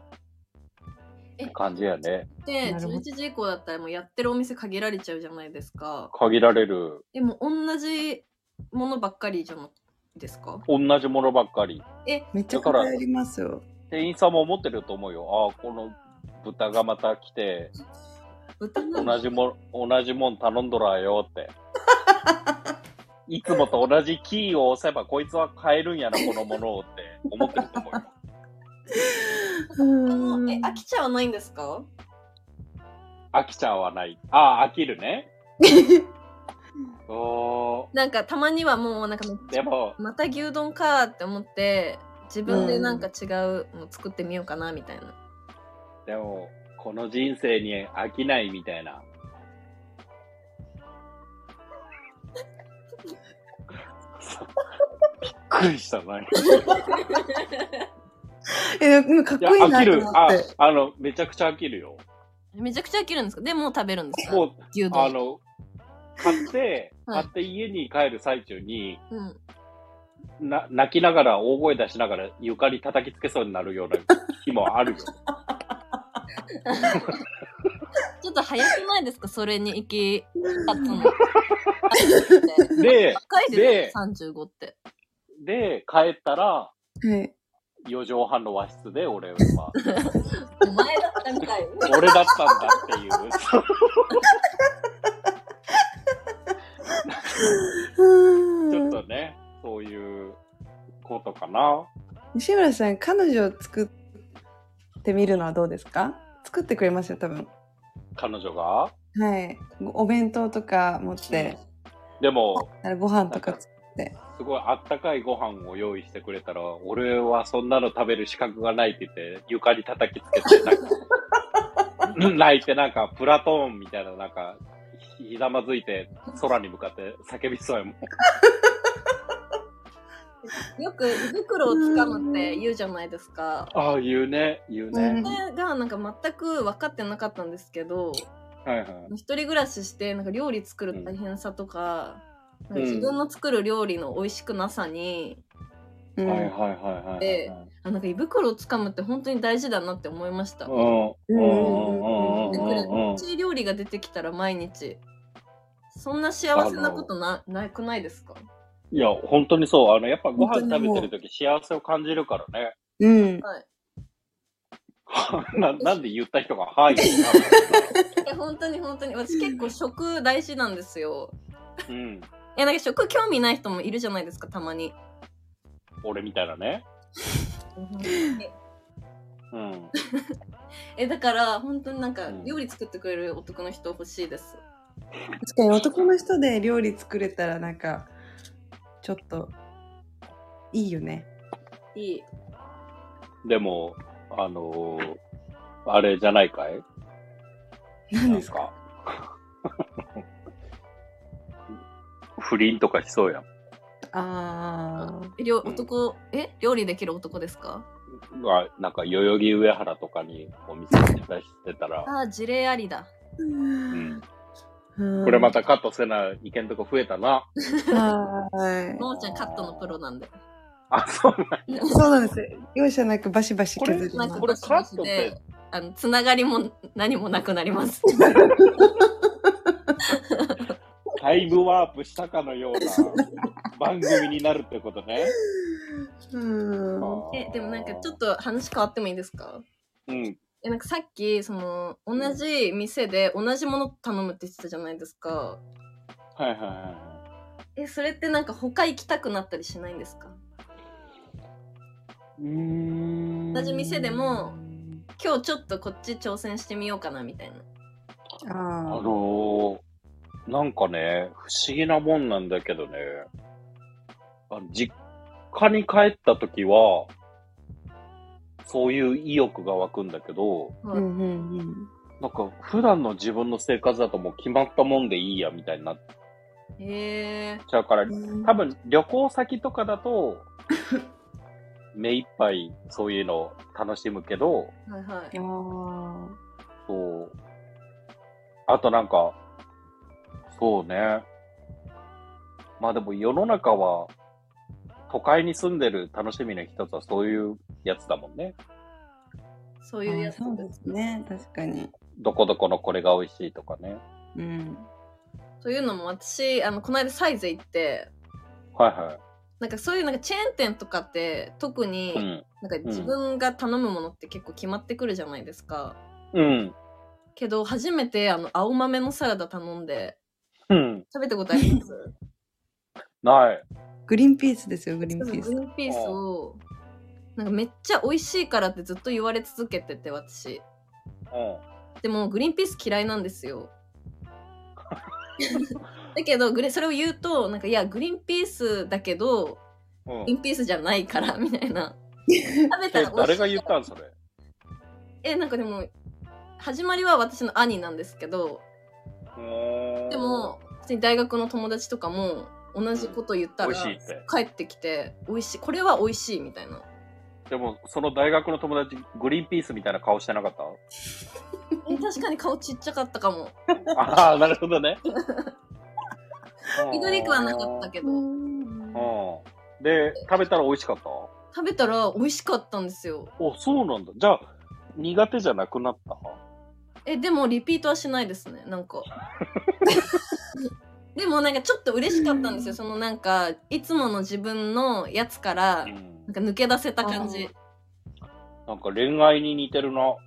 って感じやね。うでなるほど11時以降だったらもうやってるお店限られちゃうじゃないですか。限られる、でも同じものばっかりじゃないですか。同じものばっかり。めっちゃこれあります よ。店員さんも思ってると思うよ。ああ、この豚がまた来て、豚の同じもん、同じもん頼んどらよ って。いつもと同じキーを押せば、こいつは買えるんやな、このものをって思ってると思 うよ。うんえ飽きちゃわないんですか？飽きちゃわない。ああ、飽きるね。おなんかたまにはもうなんかーでも、また牛丼かって思って自分でなんか違うの作ってみようかなみたい な。でも、この人生に飽きないみたいな。 びっくりしたな。え、でもかっいや、こいい飽なきとる。思あって。、あの、めちゃくちゃ飽きるよ。めちゃくちゃ飽きるんですか？でもう食べるんですかも？う、牛あ丼。の、買って、 は買いって家に帰る最中に、うん。な泣きながら大声出しながら床に叩きつけそうになるような日 もあるよ。ちょっと早くないですか？それに行き立つの。 で、若いでですね、35って。で、帰ったら、はい。 4畳半の和室で 俺は、お前だったみたい。俺だったんだっていう。ちょっとね、そういうことかな。西村さん、彼女を作ってみるのはどうですか作ってくれますよ、多分。彼女が。はい。お弁当とか持って、でも、ご飯とか作っすごいあったかいご飯を用意してくれたら、俺はそんなの食べる資格がないって言って、床に叩きつけて、なん か、泣いてなんか、プラトーンみたいな、なんか、ひひざまずいて、空に向かって叫びそうやもん。よく胃袋をつかむって言うじゃないですか。ああ、言うね、言うね。それがなんか全く分かってなかったんですけど、はいはい。一人暮らししてなんか料理作る大変さとか、ん自分の作る料理の美味しくなさに、うはいはいん。はいはい。であなんか胃袋をつかむって本当に大事だなって思いました。うんうんうんうんでうこれんうんう。ち料理が出てきたら毎日そんな幸せなことななくないですか いや、本当にそう。あの、やっぱご本当飯食にべもうてるとき幸せを感じるからね。 うん。はい。ななんで言った人が、 はい。いや、本当に本当に。私結構食大事なんですよ。うん。いや、なんか食興味ない人もいるじゃないですか、たまに。俺みたいなね。うん。え、だから、本当になんかう、ん料理作ってくれる男の人欲しいです。確かに男の人で料理作れたらなんかちょっといいよね。いい。でも、あのーあれじゃないかい何ですかか 不倫とかしそうやん。ああ。え料男、え料理できる男ですかがなんか、代々木上原とかにお店に出してたら、ああ、事例ありだ。うん、ここれま。たカットせないけんとこ増えたな。はい。のーちゃんカットのプロなんで。あ、そうなんそうなんですよ。容赦なくバシバシこれ削るなんのかこれカットっでて、あの、つながりも何もなくなり ます。タイムワープしたかのよう な番組になるってことね。うん。はえ、でもなんかちょっと。と話変わってもいいですかうん。え、なんかさっき、その、同じ店で同じもの頼むって言ってたじゃないですか。はいはいはえ、それってなんか他行きたくなったりしないんですかい。うーん同じ店でも、今日ちょっとこっち挑戦してみようかなみたいな。ああのー、なんかね、不思議なもんなんだけどね、あの実家に帰った時は、そういう意欲が湧くんだけど、あ。はういんうんうん。なんか普段の自分の生活だともう決まったもんでいいやみたいになっへえちゃうから、うん多分旅行先とかだと、目いっぱいそういうのを楽しむけど、はいはい。あそう。あとなんか、そうね。まあでも世の中は、都会に住んでる楽しみの一つはそういうやつだもんね。そうあ。いうやつ。そうですね。確かに。どこどこのこれが美味しいとかね。うん。というのも私、あの、この間サイゼ行って、はいはなんかそういうなんかチェーン店とかって特い。うにん。なんか自分が頼むものって結構決まってくるじゃないですか。うん。けど初めてあの青豆のサラダ頼んでうん。食べたことありますない。グリーンピースですよ、グリーそうンピグリース。ーンピースをなんかめっちゃ美味しいからってずっと言われ続けてて私うでもグリーンピース嫌いなんです よだけどグレそれを言うとなんかいやグリーンピースだけどん。うグリん。ーンピースじゃないからみたい な食べたえら美誰味しがい言ったんそれ。えなんかでも始まりは私の兄なんですけどでで、も普通に大学の友達とかも同じこと言った美ら味しいって。帰ってきて美味しいこれは美味しいみたいなでも、その大学の友達、グリーンピースみたいな顔してなかったえ確かに顔ちっちゃかったかもああ、なるほ どね。緑くはなかったけどうん。で、食べたら美味しかったあ、食べたら美味しかったんですよそうなんだ。じゃあ、苦手じゃなくなったえでもリピートはしないですねなんかでもなんかちょっと嬉しかったんですよそのなんかいつもの自分のやつからんなんか抜け出せた感じなんか恋愛に似てる な。好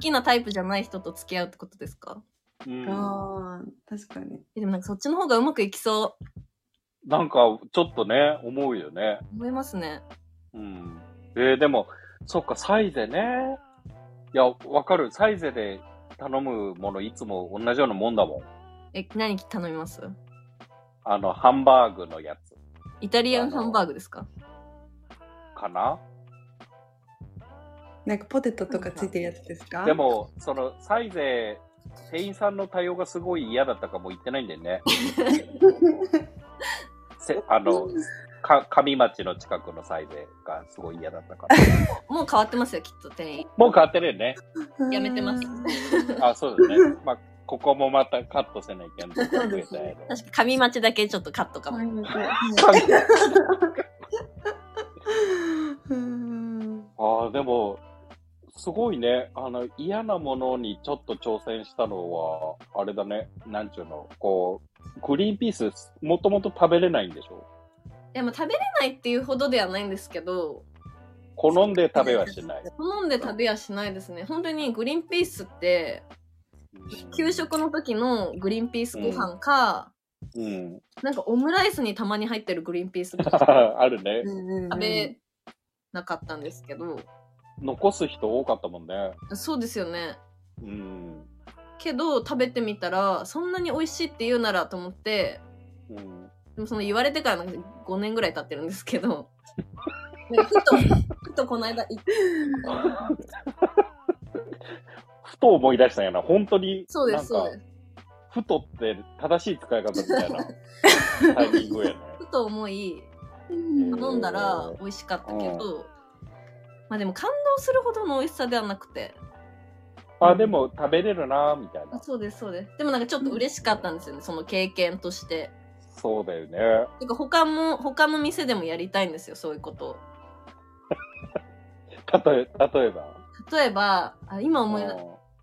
きなタイプじゃない人と付き合うってことですかうん。ああ、確かに。えでもなんかそっちの方がうまくいきそなんか、ちょっとね、思うよね。う思いますねうん。えーでも、そっか、サイゼね。いや、わかる。サイゼで頼むもの、いつも同じようなもんだもん。え何頼みますあの、ハンバーグのやつイタリアンハンバーグですかかななんかポテトとかついてるやつですかで、も、その、サイゼ、店員さんの対応がすごい嫌だったかも言ってないんだよね。せあの、か、上町の近くのサイゼがすごい嫌だったから。もう変わってますよきっと店員もう変わってるよね。やめてますあ、そうだね。まあ、ここもまたカットせないけん。どんどん増えたやろ確か紙待ちだけちょっとカットかも、うん ああ、でも、すごいね。あの、嫌なものにちょっと挑戦したのは、あれだね。なんちゅうの、こう、グリーンピース、もともと食べれないんでしょいやまあ食べれないっていうほどではないんですけど好んで食べはしない。好んで食べはしないですね本当にグリーンピースって給食の時のグリーンピースご飯か、うん。 なんかオムライスにたまに入ってるグリーンピースとかあるね。食べなかったんですけど、残す人多かったもんね。そうですよねうん。けど食べてみたらそんなに美味しいって言うならと思ってうん。でもその言われてからなんか5年ぐらい経ってるんですけ どなんかふとふとこの間行っふと思い出したんやな。本当に、そうですなそんうかですふとって正しい使い方みた いなタイミングやね。ふと思いうん飲んだら美味しかったけど、まあでも感動するほどの美味しさではなくてあ、でも食べれるな、みたいな。そうですそうですでもなんかちょっと嬉しかったんですよねその経験としてそうだよね。なんか他も他の店でもやりたいんですよそういうことをたとえ、例えば。例えばあ今思いい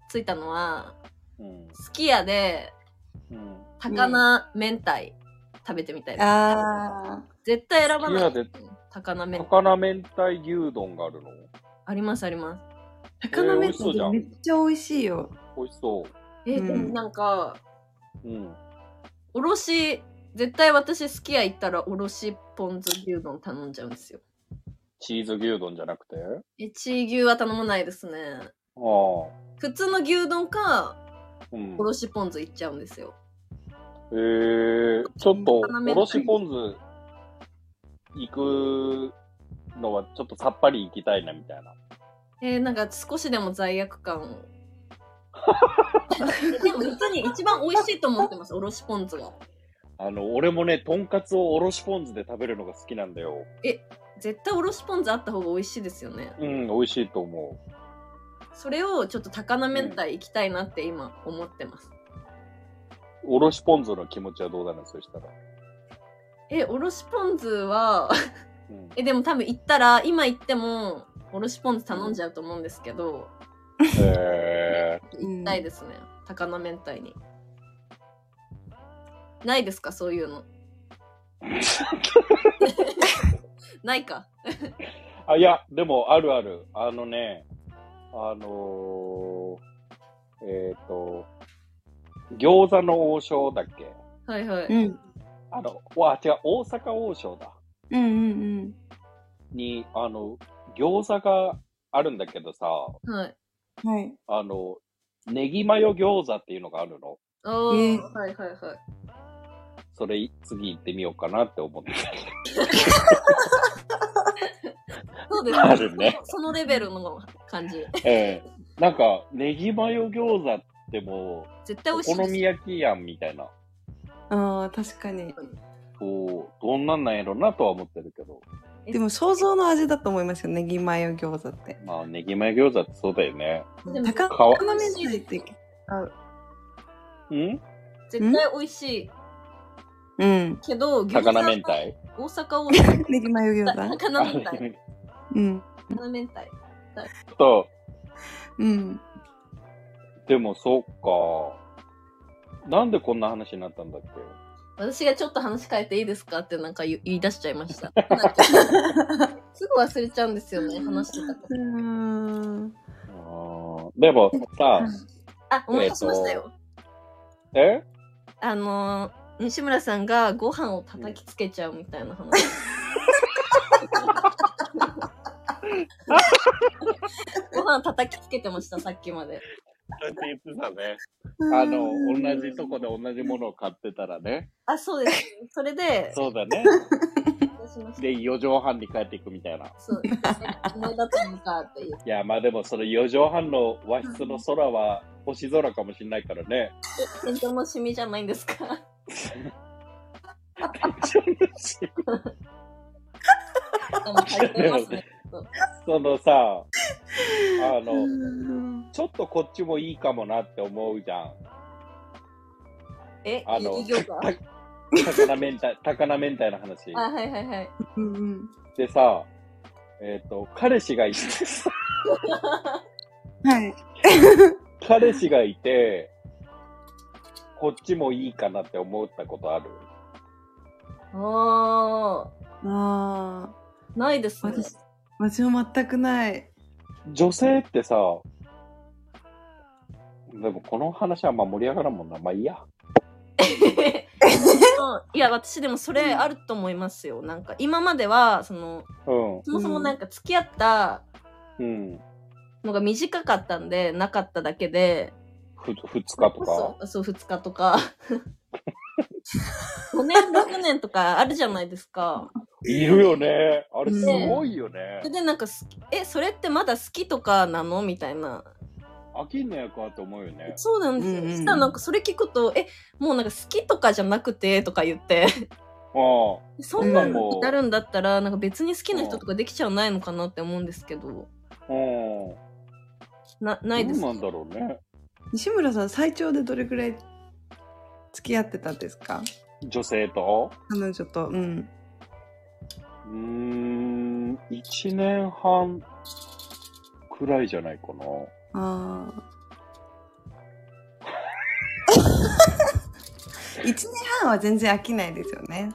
ついたのはうん。すき家でうん。高菜明太食べてみたいです、あ絶対選ばないすき家で高菜明太高菜明太牛丼があるのありますありますー高菜えー美めっ味しそうじちゃゃんめっちゃ美味しいよ。美味しそえーうんでもなんかう。うん。おろし絶対私すき家行ったらおろしポン酢牛丼頼んじゃうんですよチーズ牛丼じゃなくてえチー牛は頼まないですねああ。普通の牛丼かうんお。ろしポン酢いっちゃうんですよえー、ちょっと、おろしポン酢行くのはちょっとさっぱり行きたいなみたいな。えー、なんか少しでも罪悪感 をでも普通に一番美味しいと思ってますおろしポン酢があの、俺もね、とんかつをおろしポン酢で食べるのが好きなんだよ。絶対おろしポン酢あった方が美味しいですよねうん、美味しいと思う。それをちょっと高菜明太行きたいなって今思ってます、おろしポン酢の気持ちはどうだな、そしたら。えおろしポン酢は うん、えでも多分行ったら今行ってもおろしポン酢頼んじゃうと思うんですけど、え行きたいですね、高菜明太にないですかそういうのないかー、あ、いや、でも、あるある。あのね、あのー、えっ、と、餃子の王将だっけはいはい、うん。あの、わ、違う、大阪王将だ。うんうんに、あの、餃子があるんだけどさ、はい。うん。はい。あの、ネギマヨ餃子っていうのがあるの。おー、えはいはいはい。それ、次行ってみようかなって思って。そうですあるねその。そのレベルの感じ。ええなんか、ネギマヨ餃子っても絶う、対美お味しい好みです。焼きやんみたいな。ああ、確かに。こう、どんなんなんやろなとは思ってるけど。でも想像の味だと思いますよ、ネギマヨ餃子って。まあ、ネギマヨ餃子ってそうだよね。でも高かわ高菜明太って。ん絶対美味しい。うん。けど、餃高子菜明太。大阪王将。ネギマヨ餃子 高菜明太。 ちうん。高菜明太。ょっと、うん。でもそっか。なんでこんな話になったんだっけ私がちょっと話変えていいですかってなんか言言い出しちゃいました。なんかすぐ忘れちゃうんですよね、話してたことうん。あーでもさ、あ、思い出しましたよ。えあのー、西村さんがご飯を叩きつけちゃうみたいな 話。ご飯叩きつけてました、さっきまで。そうやって言ってたね。あの、同じとこで同じものを買ってたらね。あ、そうです。それで、そうだね。思い出しましたで、4畳半に帰っていくみたいな。いそう。思い出ったのかっていう。や、まあでもその4畳半の和室の空は星空かもしれないからね。戦闘の趣味じゃないんですかでも足りてますね。そのさ、あの、の。ちょっとこっちもいいかもなって思うじゃん。え、あゆのり餃子あ、高菜明太、高菜明太の話。はいはいはい。うんうん。でさ、えっ、と、彼氏がいてさ、はい。彼氏がいて、こっちもいいかなって思ったことある。おー、ああ。ないですね。私、私も全くない。女性ってさ、でもこの話はあんま盛り上がらんもんな。まあいいや。 うんいや私でもそれあると思いますよなんか今まではそのうん。そもそもなんか付き合ったうん。のが短かったんで、なかっただけで、ふ2日とか。そう、そう2日とか。5年、6年とかあるじゃないですか。いるよね。あれすごいよねそれ。でなんか好き、え、それってまだ好きとかなのみたいな。飽きんのやかって思うよね。そうなんですよ。うんうんうんそしたらなんかそれ聞くと、え、もうなんか好きとかじゃなくてとか言って、あそんなうんになるんだったら、なんか別に好きな人とかできちゃうないのかなって思うんですけど、あ。うん。なないですどうなんだろうね。西村さん最長でどれくらい付き合ってたんですか女性と彼女と。うん。うーん、1年半くらいじゃないかな。ああ。一年半は全然飽きないですよね。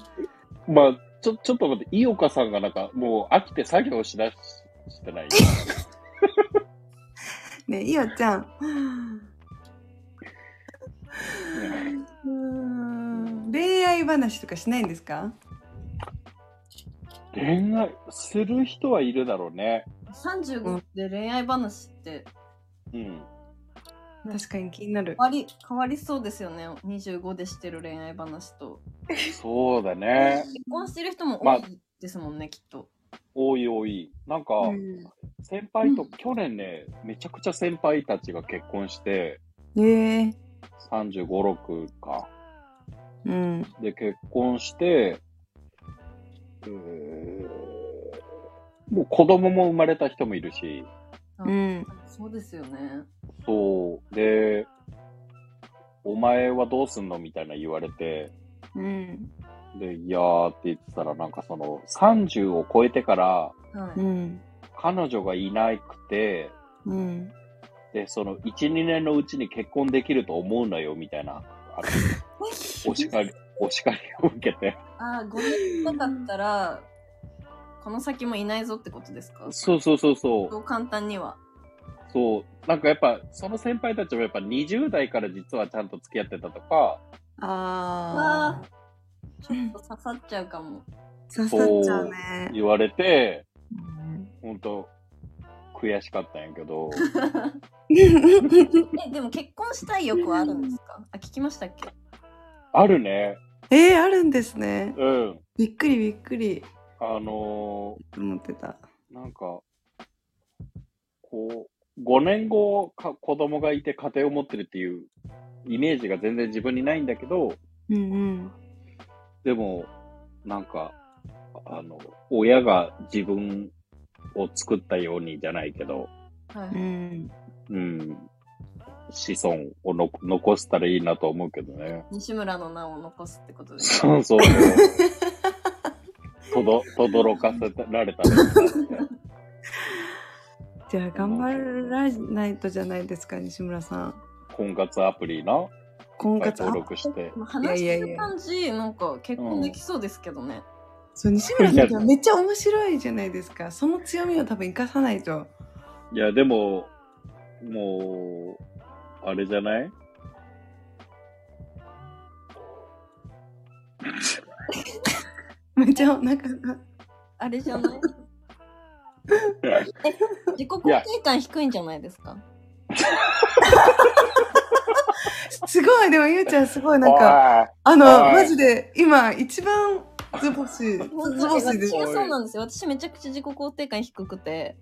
まあ、ちょ、ちょっと待って、井岡さんがなんか、もう飽きて作業しだししてない。ねえ、いおちゃん。うーん恋愛話とかしないんですか恋愛する人はいるだろうね。 35で恋愛話ってうん。確かに気になる変。わり変わりそうですよね25でしてる恋愛話とそうだね。結婚してる人も多いですもんね、きっと多い多い。なんか、うん先輩と、去年ね、めちゃくちゃ先輩たちが結婚して、ねえ。 35、6か。うん。で、結婚して、えーもう子供も生まれた人もいるし、うん。そうですよねそう。で、お前はどうすんのみたいな言われて、うん。で、いやーって言ってたら、なんかその、30を超えてから、はい、うん。彼女がいなくて、うん。で、その、1、2年のうちに結婚できると思うなよ、みたいな、あのお叱り、お叱りを受けて。ああ5年だったらこの先もいないぞってことですかそうそうそうそう。そう簡単にはそう、なんかやっぱ、その先輩たちもやっぱ20代から実はちゃんと付き合ってたとか、ああ。ちょっと刺さっちゃうかも刺さっちゃうね。言われて、ほんと、悔しかったんやけど、えでも結婚したい欲はあるんですかあ聞きましたっけあるね、 えー、あるんですね。うん。びっくりびっくり。あのと思ってた。ーなんか、こう、5年後か、子供がいて家庭を持ってるっていうイメージが全然自分にないんだけど、うんうん。でも、なんか、あの、親が自分を作ったようにじゃないけど、はうい、ん。うん、子孫をの残せたらいいなと思うけどね。西村の名を残すってことですかそ うそうそう。とど、とどろかせられたらいいなっじてゃあ頑張らないとじゃないですか、西村さん。婚活アプリな、婚活ア登プリ録して。まあ話いしやていやいるや感じなんか結婚できそうですけどね、そう西村さんってめっちゃ面白いじゃないですか。その強みを多分生かさないと。いや、でも、もう、あれじゃないめっちゃなんかあれじゃ ない自己肯定感低いんじゃないですかすごいでもゆうちゃんすごいなんかか、あのおいマジで今一番ズボシズ本当ボにシで私す。はそうなんですよ私めちゃくちゃ自己肯定感低くて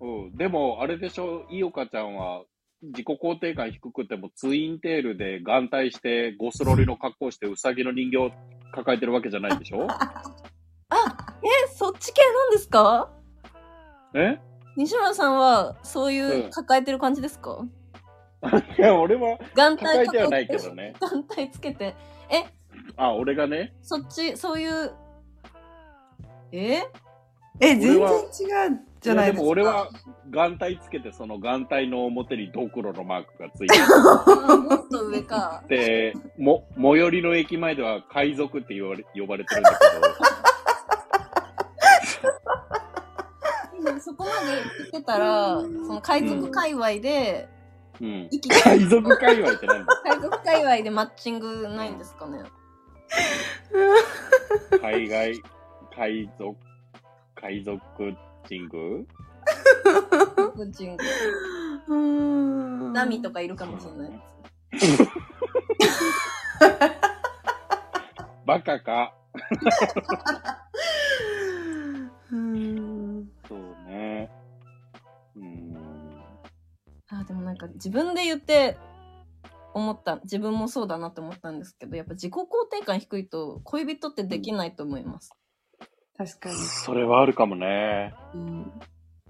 うん、でも、あれでしょ、いおかちゃんは、自己肯定感低くてもツインテールで眼帯してゴスロリの格好してウサギの人形抱えてるわけじゃないでし ょえそっち系なんですかえ西村さんはそういううん抱えてる感じですか、いや、俺は眼帯抱えてはないけ どね。眼帯つけてあ、俺がね。そっちそういう ええ全然違俺はうじゃないやでですもか。俺は眼帯つけて、その眼帯の表にドクロのマークがついてあーもっと上かて、 も、最寄りの駅前では海賊って言われ呼ばれてるんだけでもそこまで来てたらその海賊界隈でど、うん。息が海賊界隈っ てなんだ海賊界隈でマッチングないんですか ね海外、海賊、海賊チングコチンコ。うんナミとかいるかもしれない。バカか。うんそうね。うん。あでもなんか自分で言って思った自分もそうだなって思ったんですけどやっぱ自己肯定感低いと恋人ってできないと思います。確かにそれはあるかもね。うん、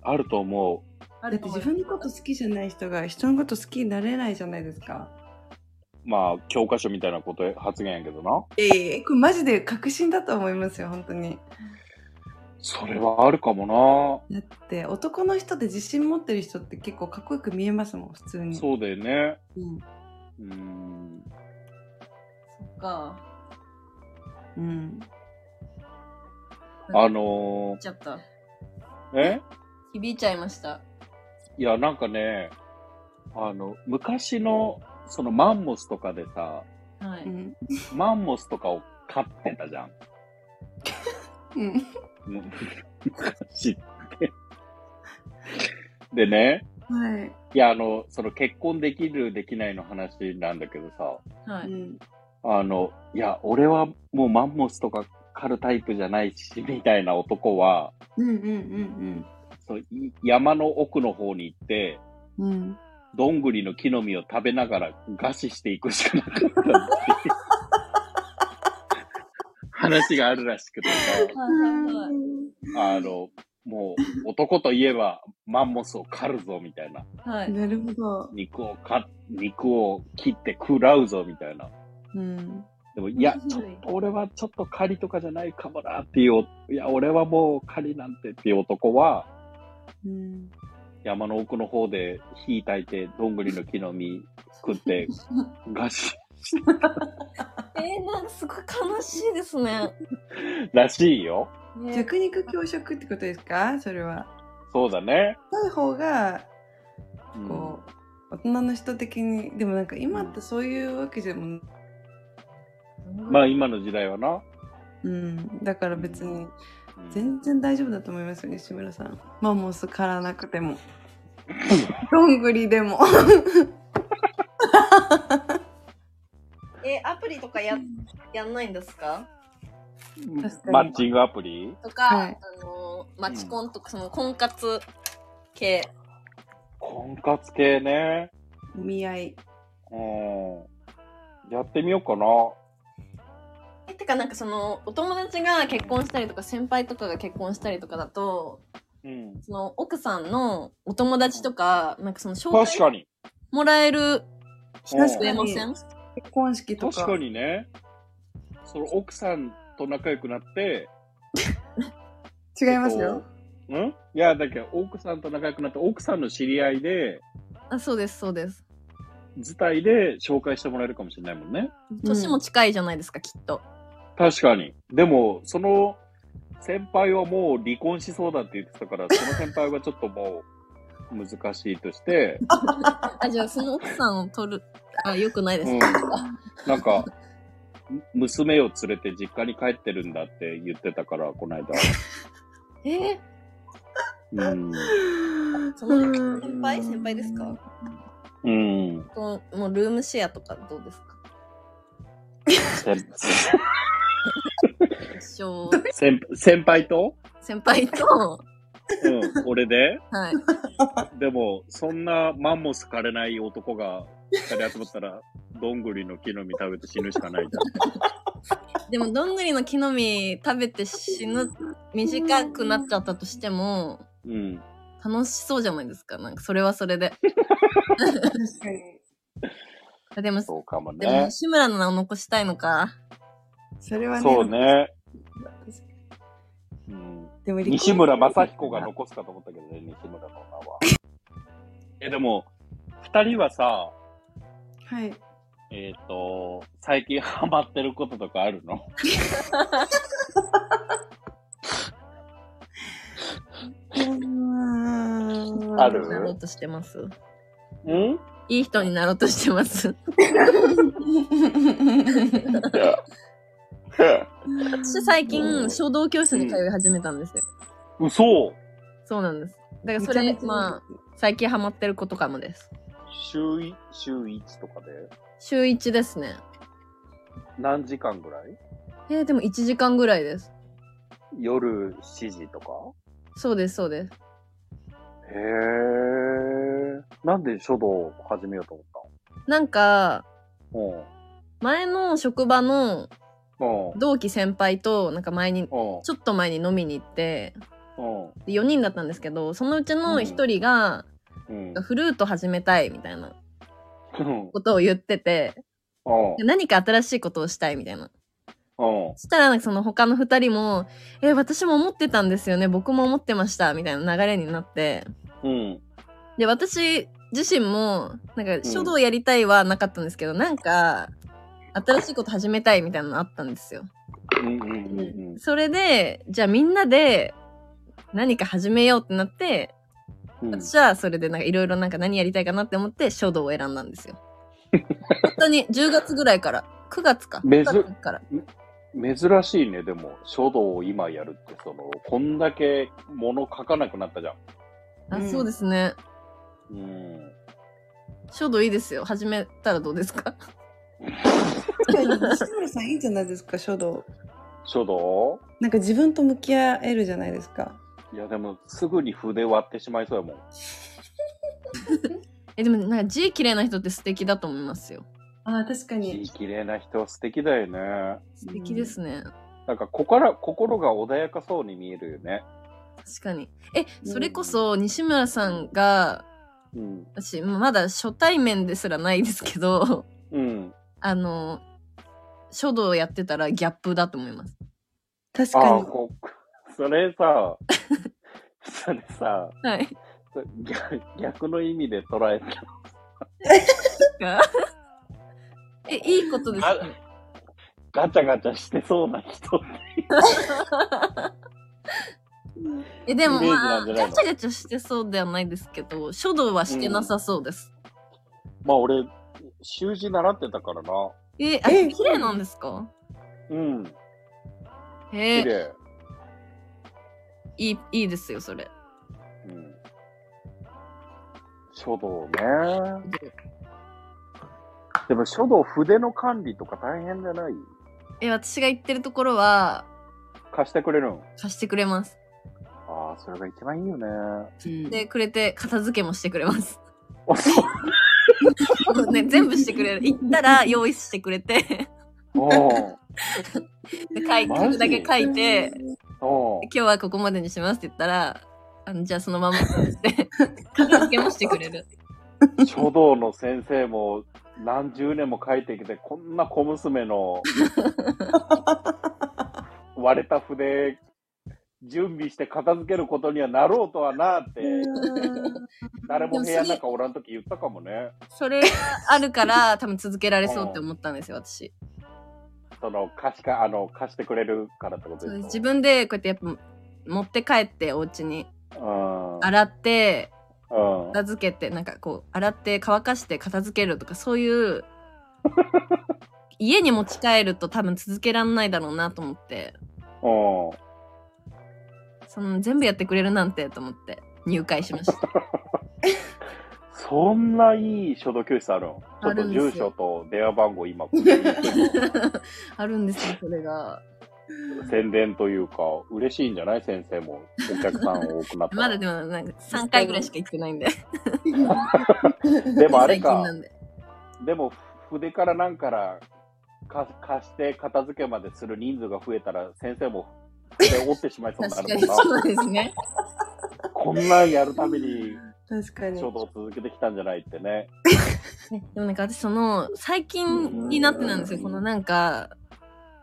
あると思だだって自分のこと好きじゃない人が人のこと好きになれないじゃないですかう。まあ、教科書みたいなこと発言やけどな。ええこれマジで確信だと思いますよ本当にそれはあるかもだって男の人で自信持ってる人って結構かっこよく見えますもん普通な。にそうだよね。うん、うん。がうん、あのちゃったー、え響いちゃいました。いや、なんかね、あの、昔の、そのマンモスとかでさ、はうい。んマンモスとかを飼ってたじゃん。うんもう昔って。 でね、はい、いや、あの、その結婚できる、できないの話なんだけどさ、はうい。ん、あの、いや、俺はもうマンモスとか狩るタイプじゃないし、みたいな男は、うんうんうんそうい山の奥の方に行って、うんうんどんぐりの木の実を食べながら餓死していくしかなかったっていう 話があるらしくてはいはいはいさ、あの、もう男といえばマンモスを狩るぞみたいな、はいなるほど、肉をか、肉を切って食らうぞみたいな。うん、でも、い や、面ちょ白っいと俺はちょっと狩りとかじゃないかもなっていう、いや、俺はもう狩りなんてっていう男は、うん、山の奥の方で火焚いて、どんぐりの木の実食 って、餓死えー、なんかすごい悲しいですね。らしいよ。ね弱肉強食ってことですかそれはそうだね。そういう方がうんこう、大人の人的にでもなんか今ってそういうわけでも、まあ今の時代はな。うん、だから別にうん全然大丈夫だと思いますよ西村さんマンモス狩らなくてもどんぐりでもえアプリとかややんないんですか確かにマッチングアプリとか、はいあのマチコンとかその婚活系婚活系ね。お見合いうん。やってみようかな。えてかなんかそのお友達が結婚したりとか先輩とかが結婚したりとかだとうん。その奥さんのお友達とかなんかその紹確介かに。もらえる人うん増えません結婚式とか確かにね。その奥さんと仲良くなって。違いますよ、えっと。んいや、だけど奥さんと仲良くなって、奥さんの知り合いで、あそうですそうです自体で紹介してもらえるかもしれないもんね。年も近いじゃないですか、きっと確かに。でも、その先輩はもう離婚しそうだって言ってたから、その先輩はちょっともう難しいとして、あじゃあその奥さんを取るあよくないですうんか、なんか、娘を連れて実家に帰ってるんだって言ってたから、この間。えうん。ー、その先輩先輩ですかうん。このもうルームシェアとかどうですか先一生先先輩と先輩と、うん。俺ではい。でも、そんなマンモス枯れない男が2人集まったら、どんぐりの木の実食べて死ぬしかないじでも、どんぐりの木の実食べて死ぬ、短くなっちゃったとしても、ゃん。うん。楽しそうじゃないですか。なんか、それはそれで。確かにでも、そうかもでも、ね。志村の名を残したいのか。それはねそうね。うんでも離婚西村正彦が残すかと思ったけどね、西村の名は。え、でも、二人はさ、 はいえっ、と、最近ハマってることとかあるのあるなろうとしてます。うんいい人になろうとして ます。 私、最う近、ん書道教室に通い始めたんですよ。嘘そうなんです。だから、それ、まあ、最近ハマってる子とかもです。週い週1とかで週1ですね。何時間ぐらいえー、でも1時間ぐらいです。夜7時とかそうです、そうです。へえ。なんで書道を始めようとなんか、思っ前の職場のたの同期先輩と、なんか前に、うん。ちょっと前に飲みに行って、うん。で4人だったんですけど、そのうちの1人が、うん。フルート始めたいみたいなうん。ことを言ってて、うん。何か新しいことをしたいみたいな。うん。そしたらなんかその他の2人も、え、私も思ってたんですよね、僕も思ってました、みたいな流れになって。うん。で、私自身も、なんか書道やりたいはなかったんですけど、なんか、新しいこと始めたいみたいなのあったんですよ。うん。うん。うん。それで、じゃあみんなで何か始めようってなって、うん。私はそれでなんかいろいろなんか何やりたいかなって思って書道を選んだん ですよ。本当に10月ぐらいから、9月か。めず9月から。珍しいね、でも、書道を今やるって、その、こんだけ物書かなくなったじゃん。あ、うんそうですね。うん。書道いいですよ。始めたらどうですか 確かに西村さんいいじゃないですか書道書道なんか自分と向き合えるじゃないですかいや、でも、すぐに筆割ってしまいそうやもん。え、でもなんか字綺麗な人って素敵だと思いますよ。あ確か字綺麗な人、素敵だよね。素敵ですね。なんか、心、心が穏やかそうに見えるよね。確かに。え、それこそ西村さんが、うん。私、まだ初対面ですらないですけど、 うん。あの、書道やってたらギャップだと思います。確あかあ、にこ、 それさ、それさ、はい。そ逆逆の意味で捉えてえ、いいことですあね。ガチャガチャしてそうな人っ てえ、でもイメージまなあ、んじガゃチなャいのガチャしてそうではないですけど、書道はしてなさそうです。まあ俺、習字習ってたからな。え、あ、え綺麗なんですかうん、へ綺え、麗。いい、いいですよ、それ。うん。書道ね。でも書道筆の管理とか大変じゃないえ、私が行ってるところは、貸してくれるん貸してくれます。ああ、それが一番いいよね。で、くれて、片付けもしてくれ ます。あ、そう。ね、全部してくれる。行ったら用意してくれ て、 おで書いマジ書くだけ書いて、おお今日はここまでにしますって言ったら、あのじゃあその ままって、片付けもしてくれる。う書道の先生も何十年も書いてきて、こんな小 娘の割れた筆、準備して片付けることにはなろうとはなって、誰も部屋の中おらんとき言ったかもね。それがあるから、多分続けられそうって思ったんですよ、私。その貸しかあの貸してくれるからってことそうでですすか自分でこうやってやっぱ持って帰って、お家に。うん洗って、うん片付けて、なんかこう、洗って乾かして片付けるとか、そういう、家に持ち帰ると多分続けらんないだろうなと思って、うんその全部やってくれるなんてと思って入会しました。 そんないい書道教室あるのちあょっるとんですよ住所と電話番号今ここに言ってるあるんですよ、それが。宣伝というか嬉しいんじゃない先生もお客さん多くなったらまだでもなんか3回ぐらいしか行ってないんで。 でもあれ最か近なんで。でも筆からなんからか貸して片付けまでする人数が増えたら先生も筆折ってしまいそうにな確かるにもんそなうですね。こんなんやるために確かに書道続けてきたんじゃないってねねでもなんか私その最近になってなんですよ。このなんか、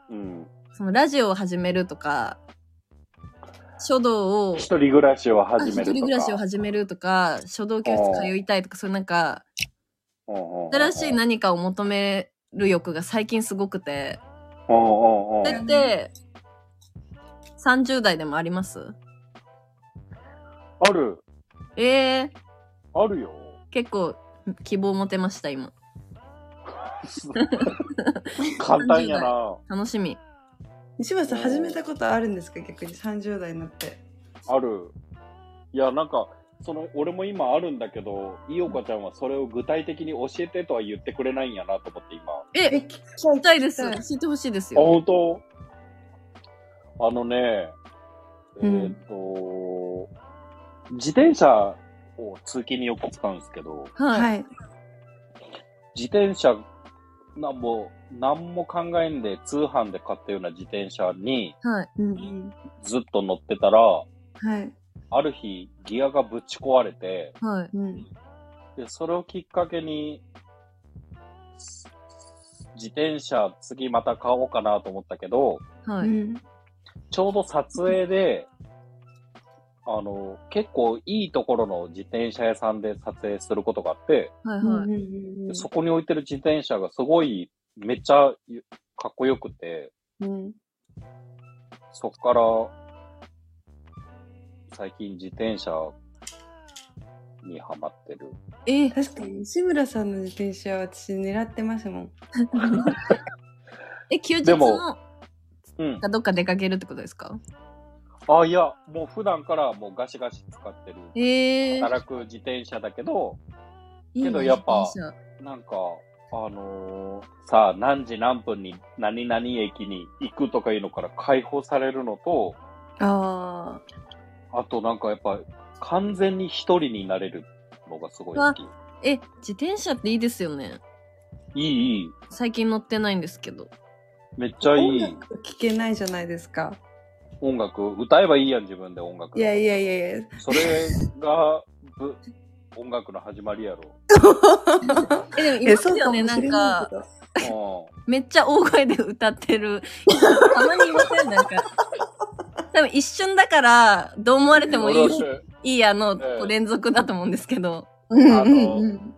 うんそのラジオを始めるとか、書道を、一人暮らしをあ始一めるとか。人暮らしを始めるとか、書道教室通いたいとか、そういうなんか、うんうんうん新しい何かを求める欲が最近すごくて。うんうんうんそれって、30代でもありますある、ええあ るよ。結構希望持てました、今。簡単やな。楽しみ。西村さん始めたことあるんですか逆に30代になってある。いや、なんか、その、俺も今あるんだけど、いおかちゃんはそれを具体的に教えてとは言ってくれないんやなと思って今。あ、え、え聞きたいです。聞き教たいえてほしいですよ。本当あのね、えうんーっ、と、自転車を通勤によく使うんですけど、はい。はい。自転車、なんも、なんも考えんで通販で買ったような自転車にはい。うんうん。ずっと乗ってたら、はい。ある日ギアがぶち壊れて、はい。うん。で、それをきっかけに、自転車次また買おうかなと思ったけど、はうい。ん。ちょうど撮影で、あの、結構いいところの自転車屋さんで撮影することがあって、はい。うんうはんい。うんそこに置いてる自転車がすごい、めっちゃかっこよくて、うん。そっから、最近自転車にハマってる。え、 確かに、志村さんの自転車は私狙ってますもん。え、休日でもの、うん。どっか出かけるってことですかあ、いや、もう普段からもうガシガシ使ってる。ええ。働く自転車だけど、いいねけどやっぱ自転なんか、あのーさあ、何時何分に何々駅に行くとかいうのから解放されるのと、ああとなんかやっぱ完全に一人になれるのがすごい好き。車え、自転車っていいですよね。いい、いい。最近乗ってないんですけど。めっちゃあ。い音い。楽聴けないじゃないですか。音楽、歌えばいいやん、自分で音楽。いやいやいやいや。それが、ぶ音楽の始まりや ろ。え、でもいえまそすうよかもね、しなんれかい。けどうめっちゃ大声で歌ってる。 たまにいません、なんか。多分一瞬だから、どう思われてん。もいい、俺はいいやの、ええこう連続だと思うんですけど。うんあうんのうん。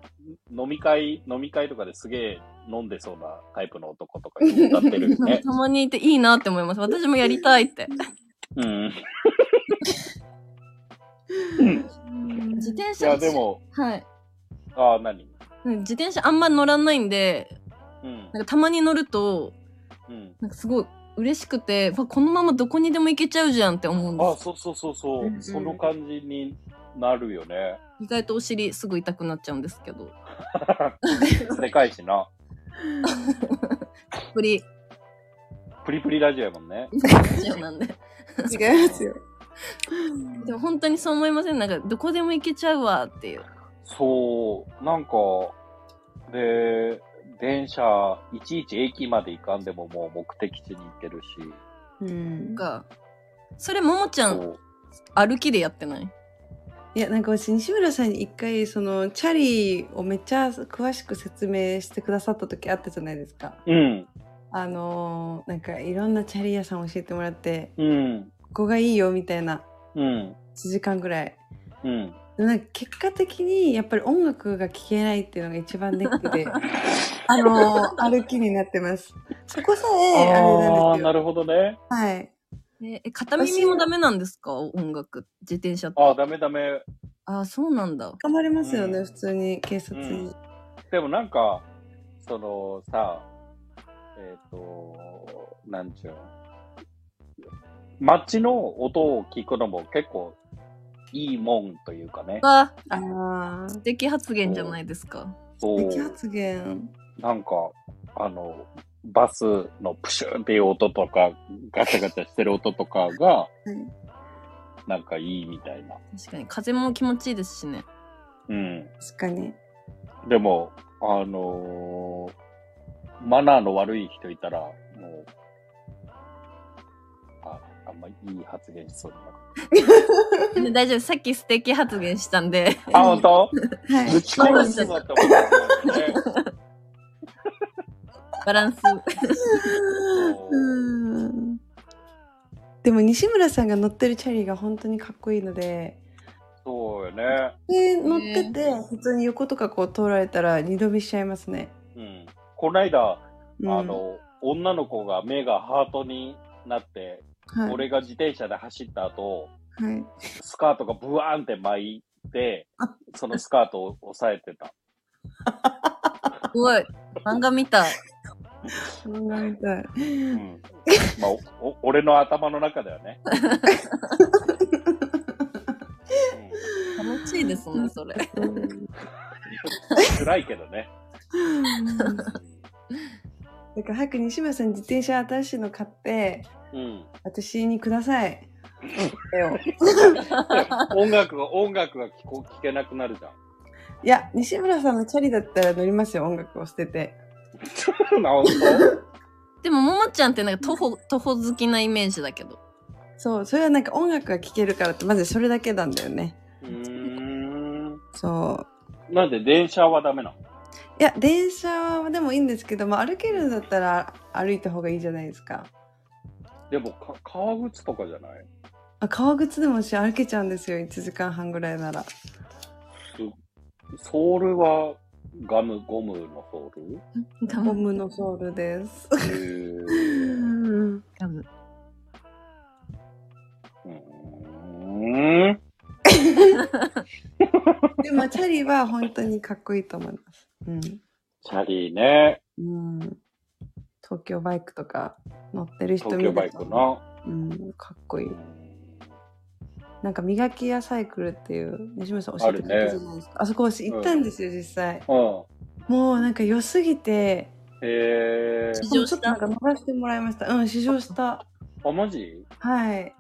飲み会、飲み会とかですげえ飲んでそうなタイプの男とか歌ってるよね た。まにいていいなって思います。私もやりたいって。うん。自自転い車。や、で。も、はい。ああ、何うん自転車あんま乗らないんで、うんなんかたまに乗ると、うん。なんかすごい嬉しくて、わこのままどこにでも行けちゃうじゃんって思うんあ、です。そうそうそうそう、うんうんその感じになるよね。意外とお尻すぐ痛くなっちゃうんですけど。でかいしな。プ リ、プリプリラジオやもんね。なんで。転違いますよ。でも本当にそう思いませんなんかどこでも行けちゃうわっていう。そう、なんか、で、電車、いちいち駅まで行かんでももう目的地に行けるし。うんがそれももちゃんそう歩きでやってないいやなんか私西村さんに一回そのチャリをめっちゃ詳しく説明してくださった時あったじゃないですか。うん、あのーなんかいろんなチャリ屋さん教えてもらってうん、ここがいいよみたいなうん、 1時間ぐらい。うん。でなんか結果的にやっぱり音楽が聴けないっていうのが一番ネック であのー歩きになってます。そこさえあれなああんー、ですなよ。るほどね。はい。ええ片耳もダメなんですか音楽自転車ってああ、ダメダメ。ああそうなんだ捕まれますよね、うん普通に警察に。うんでもなんか、そのさ、えっ、と、なんちゅうん。街の音を聞くのも結構いいもんというかね。わあああ素敵発言じゃないですかそう、敵発言。なんか、あの、バスのプシューっていう音とか、ガチャガチャしてる音とかが、なんかいいみたいな。確かに風も気持ちいいですしねうん。確かに。でも、あのーマナーの悪い人いたら、もう、あ、あんまいい発言しそうになる。で大丈夫さっき素敵発言したんであ、本当はい。ぶち込む人だって思っ たんだよね。 バランスうんでも西村さんが乗ってるチャリが本当にかっこいいのでそうよね。で乗ってて普通に横とかこう通られたら二度見しちゃいますね。うん。こないだ、うん、あの、女の子が目がハートになって、はい、俺が自転車で走った後、はい、スカートがブワーンって巻いて、そのスカートを押さえてた。すごい漫画みたいそうなんだうん。まあ、おお俺の頭の中ではね。うん楽しいですね、それ。辛いけどね。だから早く西村さん自転車新しいの買ってうん。私にください。絵を音楽が、音楽が聞こ聞けなくなるじゃん。いや西村さんのチャリだったら乗りますよ音楽を捨てて。本でも、ももちゃんってなんか徒歩、徒歩好きなイメージだけど。そうそれはなんか音楽が聴けるからってまずそれだけなんだよね。当うーん。そうなんで電車はダメなのいや電車はでもいいんですけど、まあ、歩けるんだったら歩いた方がいいじゃないですか。でもか、革靴とかじゃないあ革靴でもし歩けちゃうんですよ1時間半ぐらいなら。すソールはガム、ゴムのソールガゴムムのソールです。 へーうんガム。うーん。でもまあチャリは本当にかっこいいと思います。うんチャリね。うん、東京バイクとか乗ってる人東見京るとバイクな。うん、かっこいうい。んなんか磨き屋サイクルっていう西村さん教えてくれたじゃないですか。あ,、そこ私行ったんですよ、実際。うん。もうなんか良すぎて、へえ。試ちょ乗っとしたなんか乗らせてもらいました。うん、試乗した。あ、マジはい。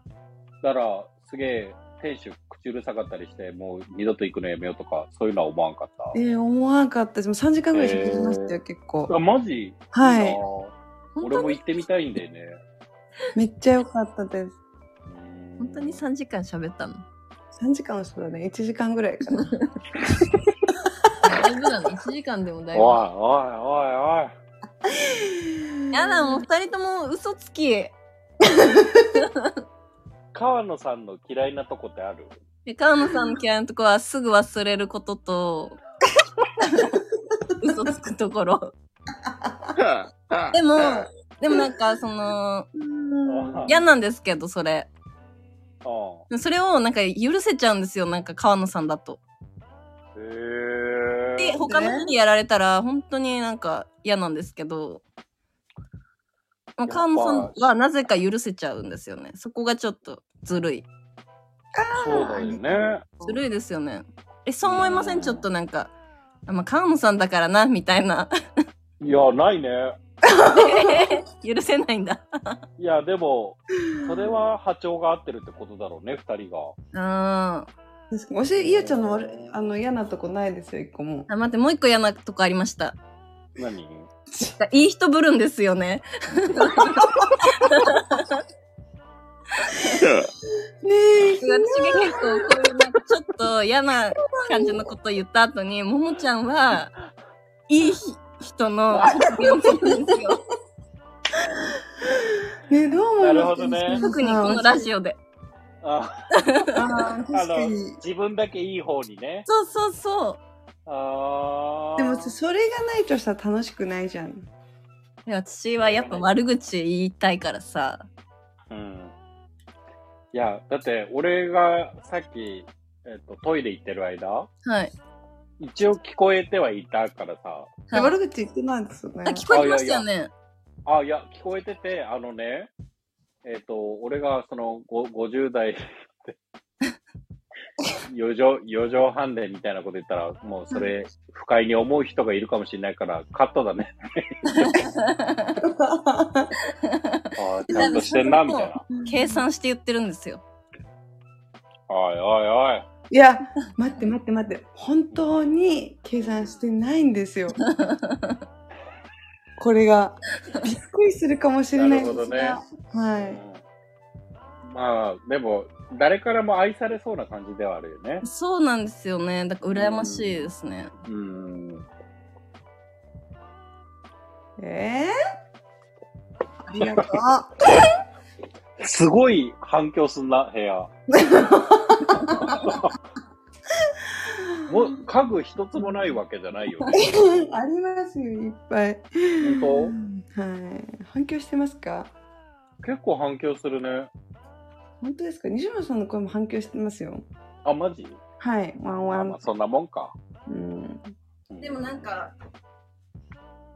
だから、すげえ、店主口うるさかったりして、もう二度と行くのやめようとか、そういうのは思わんかった。えー、思わなかったです。もう3時間ぐらい喋りましたよ、えー結構。あ、マジはいいな本俺当もに行ってみたいんだよね。めっちゃ良かったです。うん本当に3時間喋ったの。 3時間はそうだね、1時間ぐらいかな。だいぶだね。1時間でもおだいいおいぶ。おいおい。 やだ、もう2人とも嘘つき。え川野さんの嫌いなとこってある川野さんの嫌いなとこはすぐ忘れること と、嘘つくところ。でも、でもなんか、その、うん嫌なんですけど、それ。 あそれをなんか許せちゃうんですよ、なんか川野さんだと。へえ。で、他の人にやられたら、本当になんか嫌なんですけど、まあ、やっぱ川野さんはなぜか許せちゃうんですよね。そこがちょっとずるい。そうだよね。ずるいですよね。え、そう思いませんちょっとなんか、あまあ、川野さんだからな、みたい な。いや、ないね。許せないんだ。いや、でも、それは波長が合ってるってことだろうね、二人が。あー確かに私、ゆうちゃんの悪いあの嫌なとこないですよ、一個も。あ。待って、もう一個嫌なとこありました。何いい人ぶるんですよね。ねえ私が結構こういうなんかちょっと嫌な感じのこと言った後にももちゃんはいいひ人の発言をするんですよねえ、どう思いますかなるほどね特にこのラジオ。オでああー確かに。自分だけいい方にね。そうそうそうあでもさ、それがないとしたら楽しくないじゃん。で私はやっぱ悪口言いたいからさうん。いや、だって、俺がさっき、えっと、トイレ行ってる間、はい、一応聞こえてはいたからさ、はい、悪口言ってないですよねあ。聞こえてましたよねあ、いや、聞こえてて、あのね、えっ、と、俺がそのご50代 余剰、余剰判例みたいなこと言ったら、もうそれ、不快に思う人がいるかもしれないから、カットだね。 ああ、ちゃんとしてんな、みたいな。計算して言ってるんですよおいおいおい。いや、待って待って待って。本当に計算してないん ですよ。これが。びっくりするかもしれないですが。なるはい。うんまあ、でも、誰からも愛されそうな感じではあるよね。そうなんですよねだから羨ましいですねうん。えー、ありが とう。すごい反響すんな、部屋。もう家具一つもないわけじゃないよね。ありますよ、いっぱい。本はい。反響してますか当結構反響するね。本当ですか西村さんの声も反響してますよ。あ、マジはい。ワンワあまンあ。そんなもんか。うん。うでもなんか、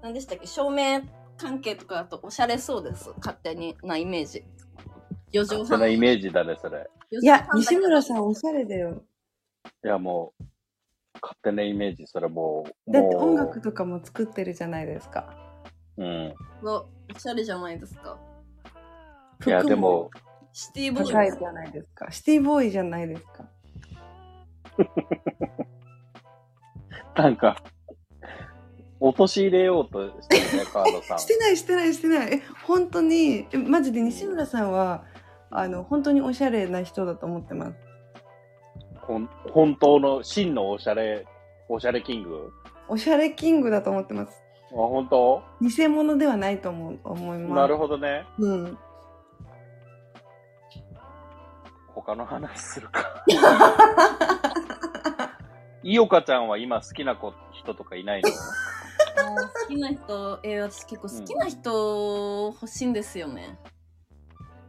何でしたっけ、照明関係とかだとおしゃれそうです。勝手になイメージ。余剰そ半のイメージだね、それ。いや、西村さんおしゃれだよ。いや、もう、勝手なイメージ、それもう、だっもてう音楽とかも作ってるじゃないですか。うん。わおしゃれじゃないですか。いや、服でも、シティボーイ高いじゃないですか。シティボーイじゃないですか。なんか、落とし入れようとしてるね、カードさ ん。してないしてないしてない。え本当にえマジで西村さんはあの本当におしゃれな人だと思ってます。ほん本当の、真のおしゃれ、おしゃれキングおしゃれキングだと思ってます。あ、本当、偽物ではないと思う思います。なるほどね。ど。うん。他の話するか。いおかちゃんは今好きな子人とかいないのあー好きな人、えー、私結構好きな人欲しいんですよね。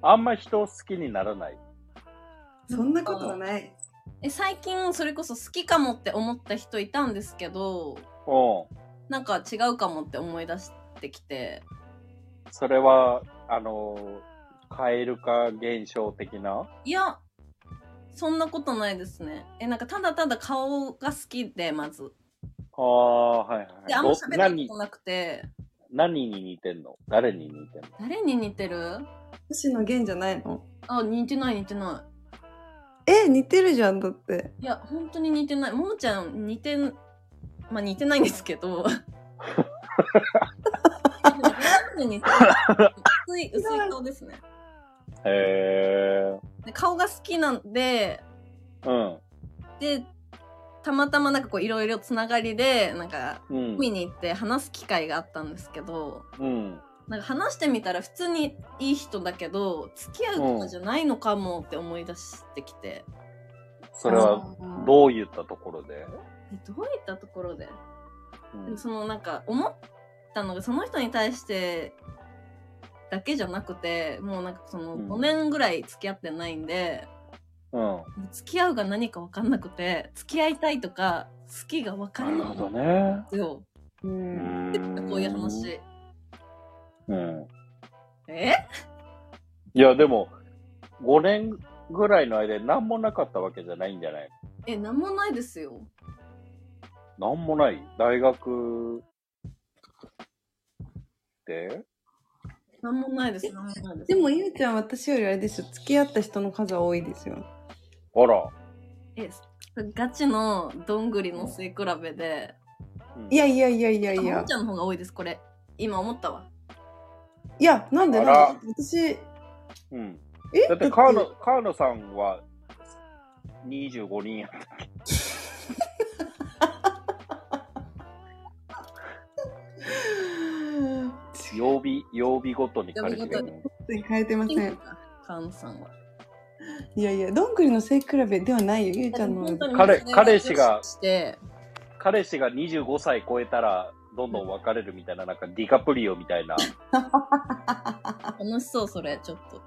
あんま人を好きにならない。そんなことはない。え最近それこそ好きかもって思った人いたんですけど、うん。なんか違うかもって思い出してきて、それは、あの、カエル化現象的ないや、そんなことないですね。え、なんかただただ顔が好きで、まず。ああ、はいはいはい。で、あんま喋ったこ何と、なくて、何に似てんの誰に似てんの誰に似てる星野源じゃないのあ、似てない似てなえ、似てるじゃん、だって。い。いや、本当に似てない。ももちゃん似てん、まあ似てないんですけど。でも似てる薄 い、薄い顔ですね。へえ。で顔が好きなんで、うん。で、たまたまなんかこういろいろつながりで、なんかうん。海に行って話す機会があったんですけど、うん。なんか話してみたら普通にいい人だけど、付き合うとかじゃないのかもって思い出してきて。それは、うどういったところでえどういったところでうでんもそのなんか思ったのがその人に対してだけじゃなくてもうなんかそのうん5年ぐらい付き合ってないんで、うん。付き合うが何か分かんなくて付き合いたいとか好きが分かならるないんほどね。ですよう。うんんこういう話。うん。えいや、でも、5年ぐらいの間に何もなかったわけじゃないんじゃないえなんもないですよ何もない。大学でなんもないですなんもないですでも、ゆうちゃん、私よりあれですよ。付き合った人の数は多いですよ。あら。えガチのどんぐりの背比べでうんいやいやいやいやいあもやんち。ゃんの方が多いですこれ今思ったわいや、なんであなんらで私、えうん。だって、カーノ、カーノさんは25人やった。違曜日、曜日ごとに彼氏がいる。う変えてません。カンさんは。いやいや、どんぐりの背比べではないよ。ゆうちゃんの。本当に彼彼氏がして彼氏が25歳超えたら、どんどん別れるみたいな、なんかディカプリオみたい な。楽しそうそれちょっと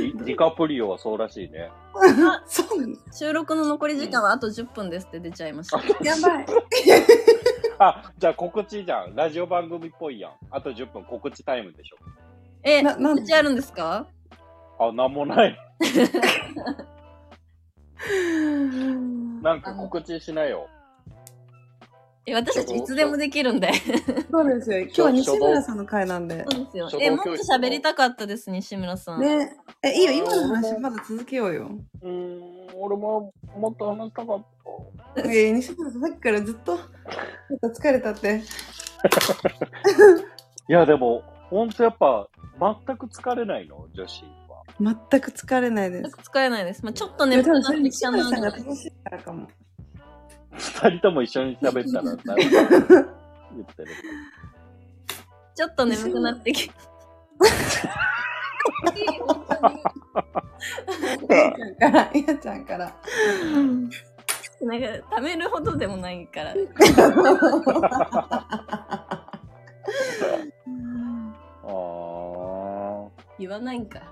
ディディカプリオはそうらしいね。 そうなの。収録の残り時間はあと10分ですって出ちゃいましたやばい。あ、じゃあ告知じゃん。ラジオ番組っぽいやん。あと10分告知タイムでしょ。えななん告知あるんですかあ、なんもない。 なんか告知しないよ。え私たちいつでもできるんでそうですよ。今日は西村さんの回なんで。そうですよ書道えもっと教室の喋りたかったです西村さん、ね。え、いいよ。今の話、まだ続けようよ。うーん、俺ももっと話したかっえー、西村さん、さっきからずっと、ちょっと疲れたって。た。いや、でも、ほんとやっぱ、全く疲れないの女子は。全く疲れないで全す。く使えないです、まあ、ちょっといや眠多く分なそれってき西た村なさんがぐらい楽しいからかも。 二人とも一緒に喋ったら、なん か言ってる。ちょっと眠くなっ てきゆうちゃんから、ゆうちゃんから。なんか貯めるほどでもないからあー。言わないんか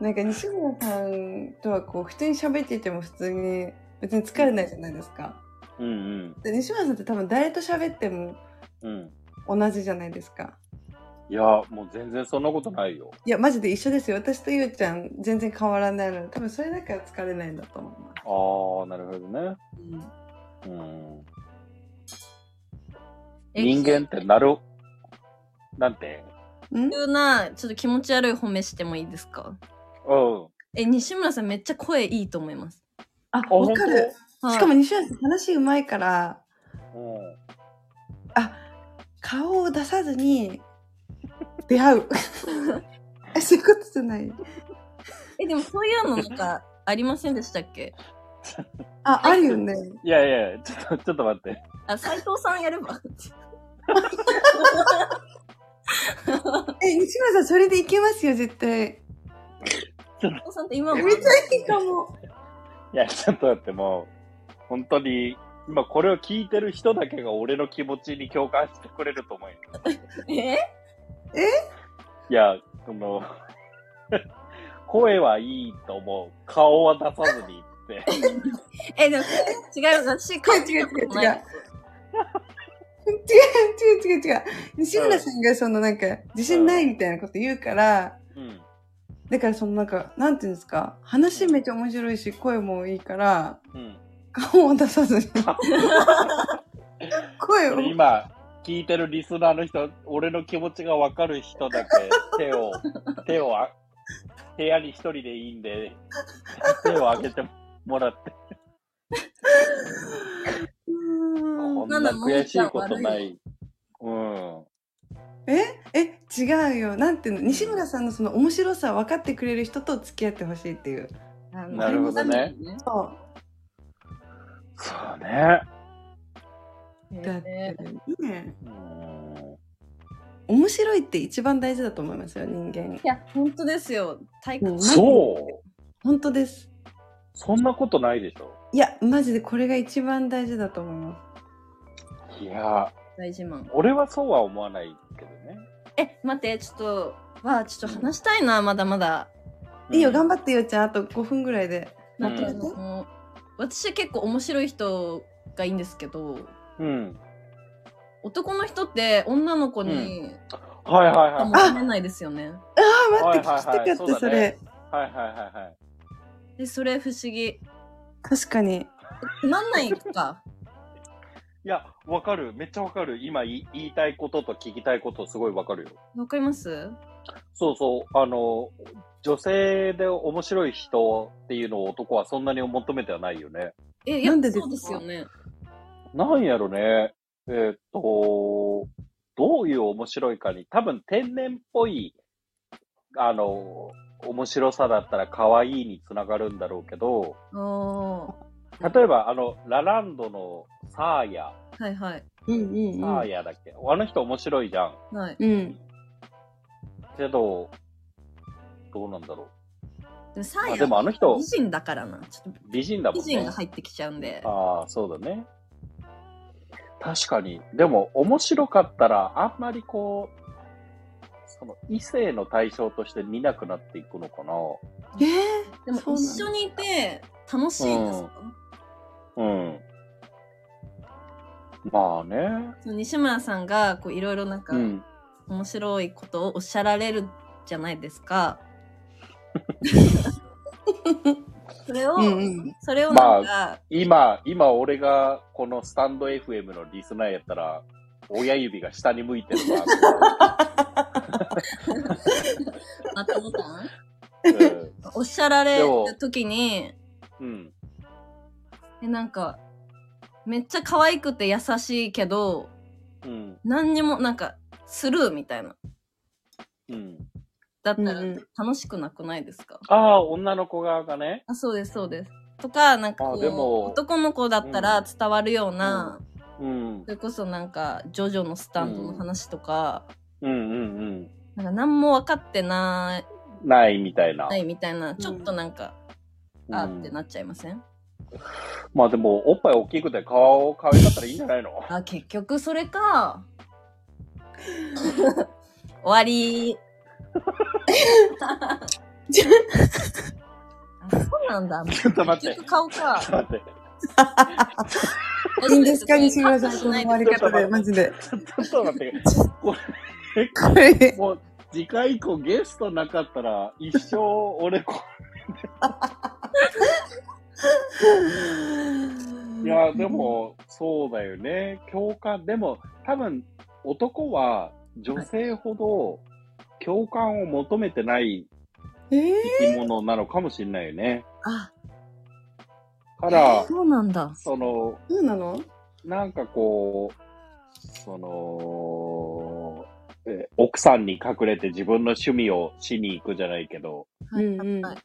なんか西村さんとはこう普通に喋っていても普通に別に疲れないじゃないですか。うんで西村さんって多分誰と喋ってもうん。うん。同じじゃないですか。いや、もう全然そんなことないよ。いや、マジで一緒ですよ。私とゆうちゃん、全然変わらないので、多分それだから疲れないんだと思いまああ、なるほどね。す。うんうん。え人間ってなる、なんて、ん急な、ちょっと気持ち悪い褒めしてもいいですかうん。え、西村さんめっちゃ声いいと思います。あ、わかる。はいしかも西村さん、話うまいから、うん。顔を出さずに出会う。え、そういうことじゃない。え、でもそういうのなんか、ありませんでしたっけあ、あるよね。いやいや、ちょっと、 ちょっと待って。あ、斎藤さんやれば。 え、西村さん、それでいけますよ、絶対。斎藤さんって今もめっちゃいいかも。いや、ちょっと待って、もう、本当に、今これを聞いてる人だけが俺の気持ちに共感してくれると思うよ。 えいや、その、 声はいいと思う。顔は出さずにって。え、でも、違う、私、違う違う違う違うないです違う違う違う違う。西村さんが、そのなんか、自信ないみたいなこと言うから、うん。だからそのなんか、なんていうんですか、話めっちゃ面白いし、声もいいから、うん。顔を出さずに。声を。今、聞いてるリスナーの人、俺の気持ちがわかる 人だけ、手を、手をあ、部屋に一人でいいんで、手を挙げてもらって、うーんこんな悔しいことない。うん。ええ違うよなんていうの西村さんのその面白さを分かってくれる人と付き合ってほしいっていうあのなるほどね。そそうね。うえだってねうん。面白いって一番大事だと思いますよ人間いや、本当ですよ。体もう感マジそう本当ですそんなことないでしょいやマジでこれが一番大事だと思いまいや、大事マン。俺はそうは思わないけどね。え、待って、ちょっと、わあ、ちょっと話したいな、まだまだ。すいいよ頑張張ってようちゃんあと5分ぐらいでなんか、うんあの私は結構面白い人がいいんですけど、うん。男の人って女の子に、はいはいはい。求めないですよね。あ待っては聞きいたはかっいはいたそそうだれねはいはいはいはい。で、それ不思議。確かにつまんないか。いや、わかる。めっちゃわかる。今い言いたいことと聞きたいことすごいわかるよ。わかりますそうそう。あの、女性で面白い人っていうのを男はそんなに求めてはないよね。え、いやなんでですかそうですよね。なんやろね。えーっと、どういう面白いかに、多分天然っぽい、あの、面白さだったら可愛いにつながるんだろうけど、ああ、は例えばあの、ラランドのサーヤ、いはい。うんうんサうーヤだっけ、あの人面白いじゃん。はい。んうんけど、どうなんだろでも、サーう。ヤあでもあの人美、人だからな。ちょっと美人だも美んね人が。入ってきちゃうんで。ああ、そうだね。確かに。でも、面白かったら、あんまりこう、その異性の対象として見なくなっていくのかな。えー、でもそうなんだ一緒にいて楽しいですか、うん。まあね。その西村さんがこういろいろなんかうん。面白いことをおっしゃられるじゃないで すか。それを、うんうんそれをなんか、今、今俺がこのスタンド FM のリスナーやったら、親指が下に向いてるな。 またボタンうんおっしゃられでもる時に、うん。えなんか、めっちゃ可愛くて優しいけど、うん。何にもなんか、スルーみたいな。うん。だったらうんうん楽しくなくないですか、ああ、女の子側がね。あ、そうです、そうです。とか、なんかこあでもう、男の子だったら伝わるような、うんそ。れこそなんか、ジョジョのスタンドの話とか、うんうんうん。なんか何も分かってなないみたいな。いみたいな、ちょっとなんか、あーってなっちゃいませんまあでも、おっぱい大きくて顔可愛かったらいいんじゃないの あ、結局それか。終わり。あそうなんだ。ちょっと待っ結局て。顔かちょ。っと待って。いいんですか西村さん、この終わりちょっと方で、待ってマジで。ちょっと待って。ここれもう、次回以降ゲストなかったら、一生俺こう、いや、でも、そうだよね。共感、でも、多分、男は女性ほど共感を求めてないえー、生き物なのかもしれないよね。あ、から、そうなんだ。その、そうなのなんかこう、その、え奥さんに隠れて自分の趣味をしに行くじゃないけど、はいうんうんはい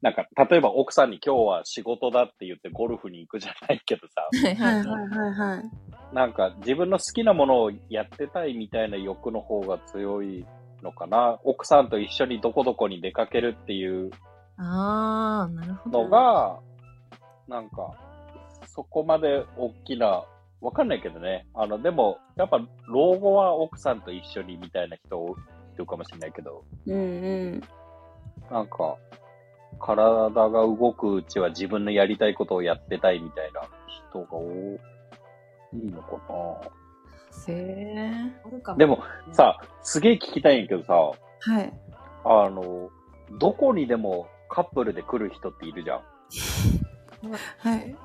なんか、例えば奥さんに今日は仕事だって言ってゴルフに行くじゃないけどさ、はいはいははいい。はいはい。なんか自分の好きなものをやってたいみたいな欲の方が強いのかな。奥さんと一緒にどこどこに出かけるっていうああ、なるほど。のが、なんか、そこまで大きな、わかんないけどね。あの、でも、やっぱ老後は奥さんと一緒にみたいな人いるかもしれないけど、うんうん。なんか、体が動くうちは自分のやりたいことをやってたいみたいな人が多いのかへえ。あるかな。でもねさ、すげえ聞きたいんやけどさ、はい。あの、どこにでもカップルで来る人っているじゃん。はい。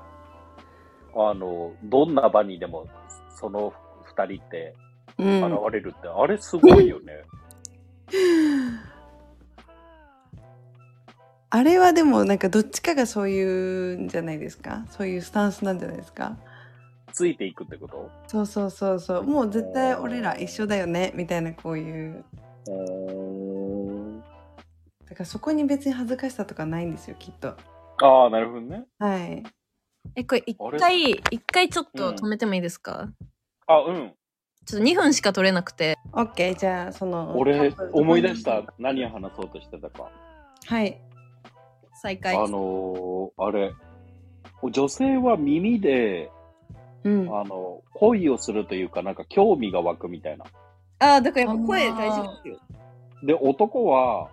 あの、どんな場にでもその二人ってうん現れるって、あれすごいよね。あれはでもなんかどっちかがそういうんじゃないですかそういうスタンスなんじゃないですかついていくってことそうそうそうそうもう絶対俺ら一緒だよねみたいなこういうだからそこに別に恥ずかしさとかないんですよきっとああ、なるほどね。はいえ、これ一あれ回、一回ちょっと止めてもいいですか、あ、うん。ちょっと2分しか取れなくて。 OK じゃあその俺、思い出しはた。何を話そうとしてたか。い再あ開。のーあれ。女性は耳で、うんあの、恋をするというか、なんか興味が湧くみたいな。ああ、だからやっぱ声大事ですよ。で、男は、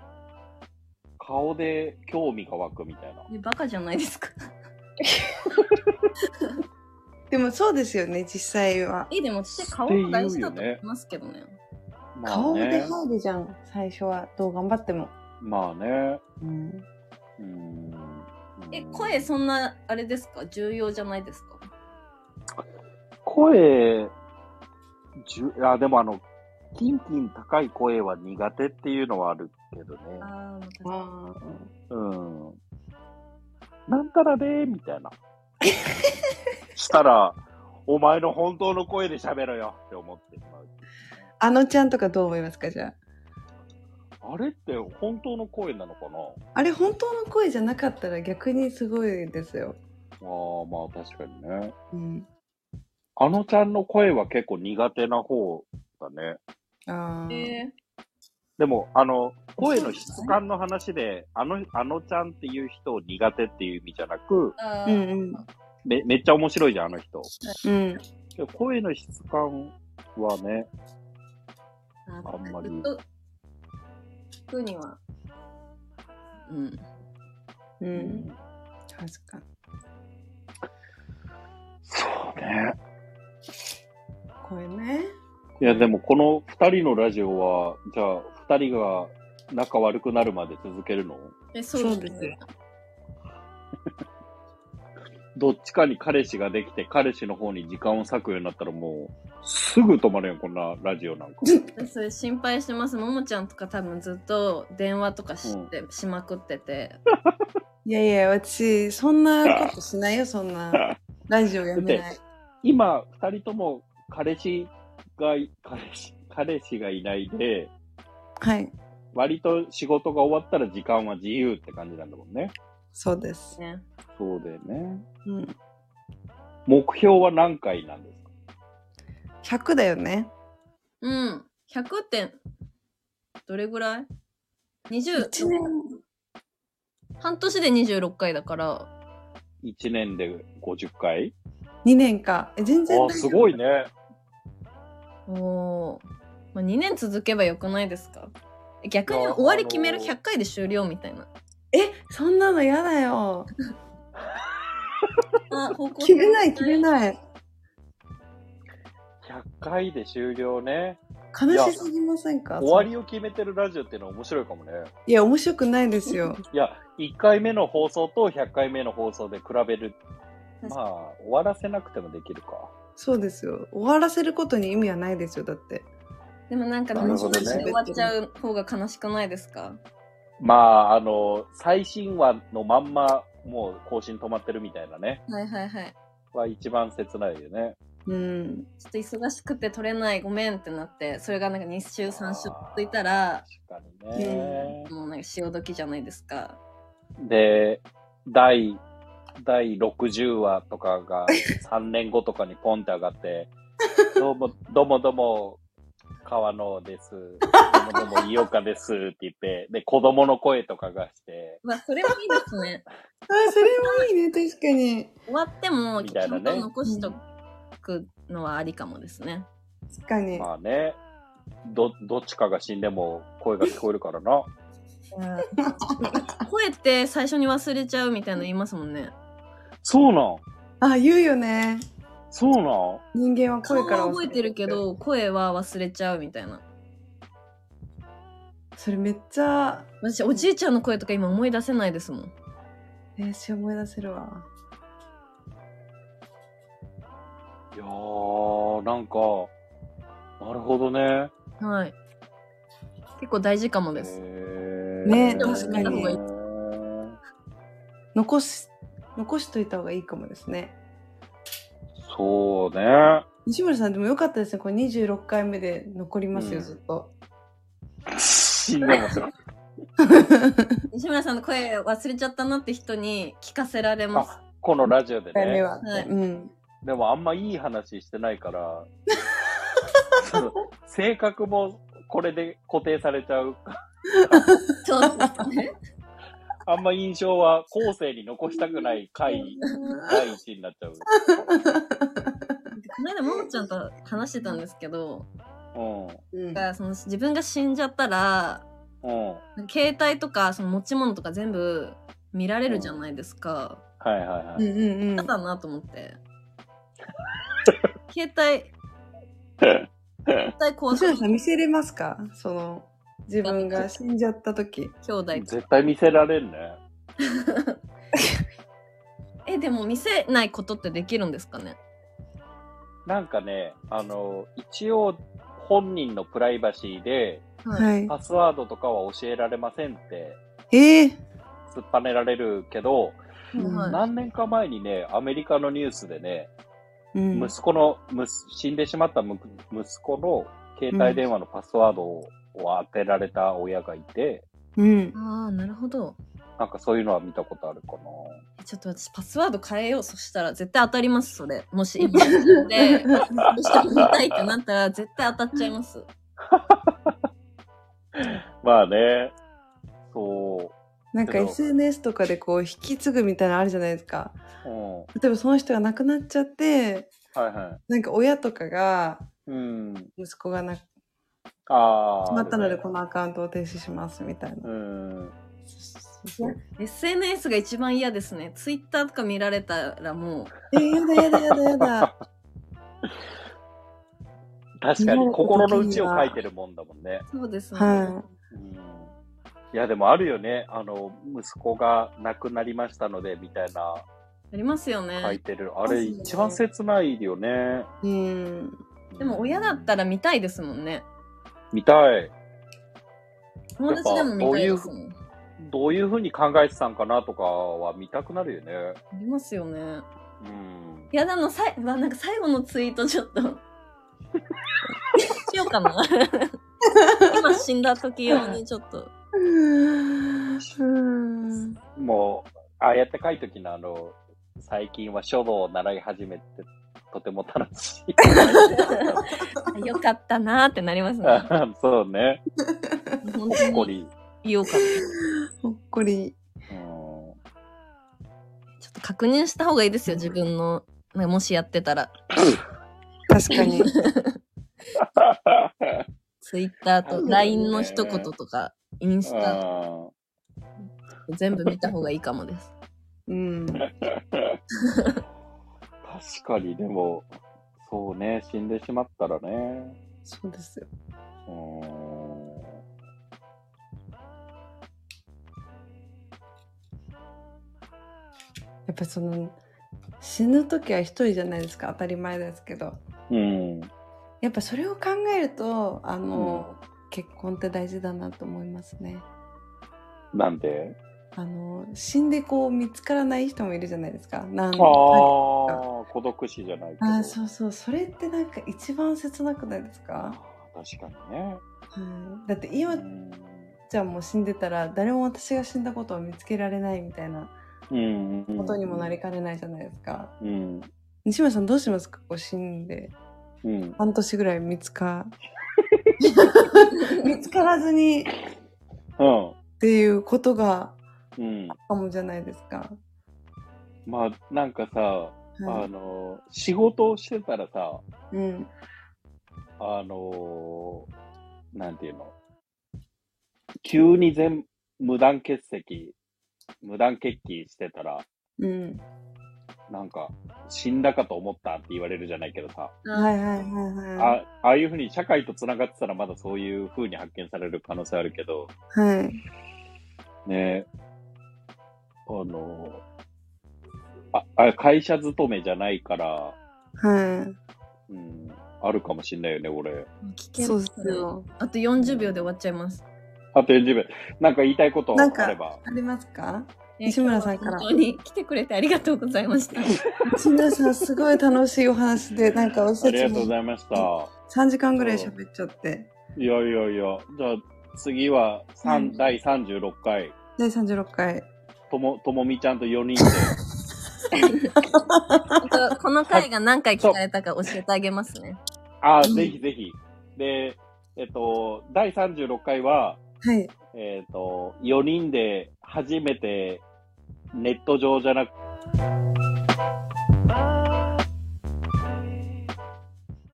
顔で興味が湧くみたいな。えバカじゃないです か。でもそうですよね実際はえ、でも私、顔も大事だと思いますけどね。まあ顔でね。入るじゃん最初はどう頑張っても、まあね。うん、うーん。え、声そんな、あれですか重要じゃないですか声、じゅあでもあの、キンキン高い声は苦手っていうのはあるけどね。ああ、あーうん。なんたらでーみたいな。したら、お前の本当の声で喋ろよって思ってしまう。あのちゃんとかどう思いますかじゃああれって本当の声なのかなあれ本当の声じゃなかったら逆にすごいですよ。ああ、まあ確かにね。うん、あのちゃんの声は結構苦手な方だね。あーえでも、あの、声の質感の話で、あの、あのちゃんっていう人を苦手っていう意味じゃなく、ー、あうーんうんめ、めっちゃ面白いじゃん、あの人。うんけど声の質感はね、ああんまりずっと聞くには。うん。う、うん確かにそうね。声ねいや、でもこの二人のラジオは、じゃあ、二人が仲悪くなるまで続けるのえ、そうそうですよどっちかに彼氏ができて、彼氏の方に時間を割くようになったらもう、すぐ止まるよ、こんなラジオなんか。それ心配してます。ももちゃんとか多分ずっと電話とかして、しまくって て。いやいや私そんなことしないよそんなラジオやめ ない今、二人とも彼氏がい、彼氏、彼氏がいないで、はい割と仕事が終わったら時間は自由って感じなんだもんね。そうです、ね。そうだよね。うん、目標は何回なんですか100だよねうん。100点。どれぐらい ?20 1年半年で26回だから、 ?1 年で50回2年かえ全然あ、すごいね。おーまあ、2年続けばよくないですか逆にいや終わり決めるあのー100回で終了みたいな。えそんなの嫌だよあ、 方向切れない切れい。ない100回で終了ね。悲しすぎませんか終わりを決めてるラジオっていうのは面白いかもね。いや、面白くないですよ。いや、1回目の放送と100回目の放送で比べる。まあ、終わらせなくてもできるか。そうですよ。終わらせることに意味はないですよ、だって。でもなんかなる楽しほみどねで終わっちゃう方が悲しくないですかまあ、あの、最新話のまんま、もう更新止まってるみたいなね。はいはいはい。は一番切ないよね。うん。ちょっと忙しくて撮れないごめんってなってそれがなんか2週3週続いたら確かにね。もうなんか潮時じゃないですか。で、第、第60話とかが3年後とかにポンって上がって、どうも、どうもどうも、川野です。どうもどうも、井岡ですって言って、で、子供の声とかがして、まあそれもいいですね。あーそれもいいね、確かに。終わってもみちたゃいなんねと残しとくのはありかもですね。確かに。まあね、ど、どっちかが死んでも声が聞こえるからな。 声って最初に忘れちゃうみたいなの言いますもんね。そうなんあ、言うよね。そうなん人間は声顔からは覚えてるけ。ど声は忘れちゃうみたいな。それめっちゃ、私おじいちゃんの声とか今思い出せないですもん。練習思い出せるわ。いやー、なんか、なるほどね。はい。結構大事かもです。へねでも確かに残し、残しといた方がいいかもですね。そうね。西村さん、でもよかったですね。これ26回目で残りますよ、うんずっと。死んでますよ。西村さんの声忘れちゃったなって人に聞かせられます。あ、このラジオで回目ね。は、はいうん。でもあんまいい話してないから、その性格もこれで固定されちゃう。そうですね。あんま印象は後世に残したくない回、第一になっちゃう。 この間ももちゃんと話してたんですけど、うん。うんなんかその自分が死んじゃったらうん。はい携帯とかその持ち物とか全部見られるじゃないですか。はいはうい。んうんう嫌ん。だなと 思って。携帯絶対壊西す村さん、見せれますかその、自分が死んじゃった時。兄弟と絶対見せられんね。えでも見せないことってできるんですかねなんかね、あの、一応本人のプライバシーで、はい。パスワードとかは教えられませんってええ突っぱねられるけど、うんはい何年か前にね、アメリカのニュースでね、うん。息子の、むす死んでしまったむ息子の携帯電話のパスワードを当てられた親がいて、うん。ああなるほどなんかそういうのは見たことあるかな。えちょっと私パスワード変えようそしたら絶対当たりますそれもし今 でどうしても見たいってなったら絶対当たっちゃいますまあね、そなんかけど SNS とかでこう引き継ぐみたいなのあるじゃないですか。う。うん。は例えばその人が亡くなっちゃって、いはなんか親とかが、い。うん。息子が亡くああ。なったのであるねこのアカウントを停止しますみたいな。うん。そう SNS が一番嫌ですね Twitter とか見られたらもうえー、やだやだやだやだ。確かに心の内を書いてるもんだもんね。そうですね、はうんいや、でもあるよね。あの、息子が亡くなりましたので、みたいなありますよね、書いてる。あそうれ、ですね一番切ないよね。い。うん。でも親だったら見たいですもんね見たい。友達でも見たいですもんどういうふうに考えてたんかなとかは見たくなるよね。ありますよねうん。いやだのさい、わなんか最後のツイートちょ っとしようか な今死んだ時用にちょっとうん。もう、ああやって書いときの、あの、最近は書道を習い始めて、とても楽しい。 あ よかったなーってなりますねあそうね。本ほ当っこにり。言おうかなほっこり。うちんょっと確認した方がいいですよ自分のなんかもしやってたら確かに。ツイッターと LINE の一言とかインスタあ全部見た方がいいかもですうん。ー確かに、でも、そうね、死んでしまったらね。そうですよ。うーんやっぱその死ぬ時は一人じゃないですか当たり前ですけどうん。やっぱそれを考えるとあの、結婚って大事だなと思いますね。なんであの死んでこう見つからない人もいるじゃないですか。なんあああ、孤独死じゃないけど。あそうそうそれってなんか一番切なくないですか、確かにね。はい、だって今うんちゃんも死んでたら誰も私が死んだことを見つけられないみたいなうん。うんことにもなりかねないじゃないですか。うん。西村さんどうしますかこう死んでうん。半年ぐらい見つ か見つからずにっうん。ていうことがうん。かもじゃないですか。まあ、なんかさ、はあの、仕事をしてたらさ、い、うんあのーなんていうの急に全、無断欠席、無断欠勤してたら、うんなんか、死んだかと思ったって言われるじゃないけどはさ、いはいはいはあああいうふうに社会と繋がってたらまだそういうふうに発見される可能性あるけど、い。はい。ねあのあ、あ会社勤めじゃないから、はうん、あるかもしんないよね、俺。聞い。けそうるですよ。あと40秒で終わっちゃいます。あと40秒。なんか言いたいことなんかあれば。ありますか西村さんから本当に来てくれてありがとうございました。皆さんすごい楽しいお話で、なんか私たありちがとうごもざいました。 3時間ぐらい喋っちゃって、いやいやいや、じゃあ次は三うん第36回、第36回。とも、ともみちゃんと4人で、本当この回が何回聞かれたか教えてあげますね。ああ、ぜひぜひ。で、えっと、第36回は、はい。えっと、4人で初めてネット上じゃなく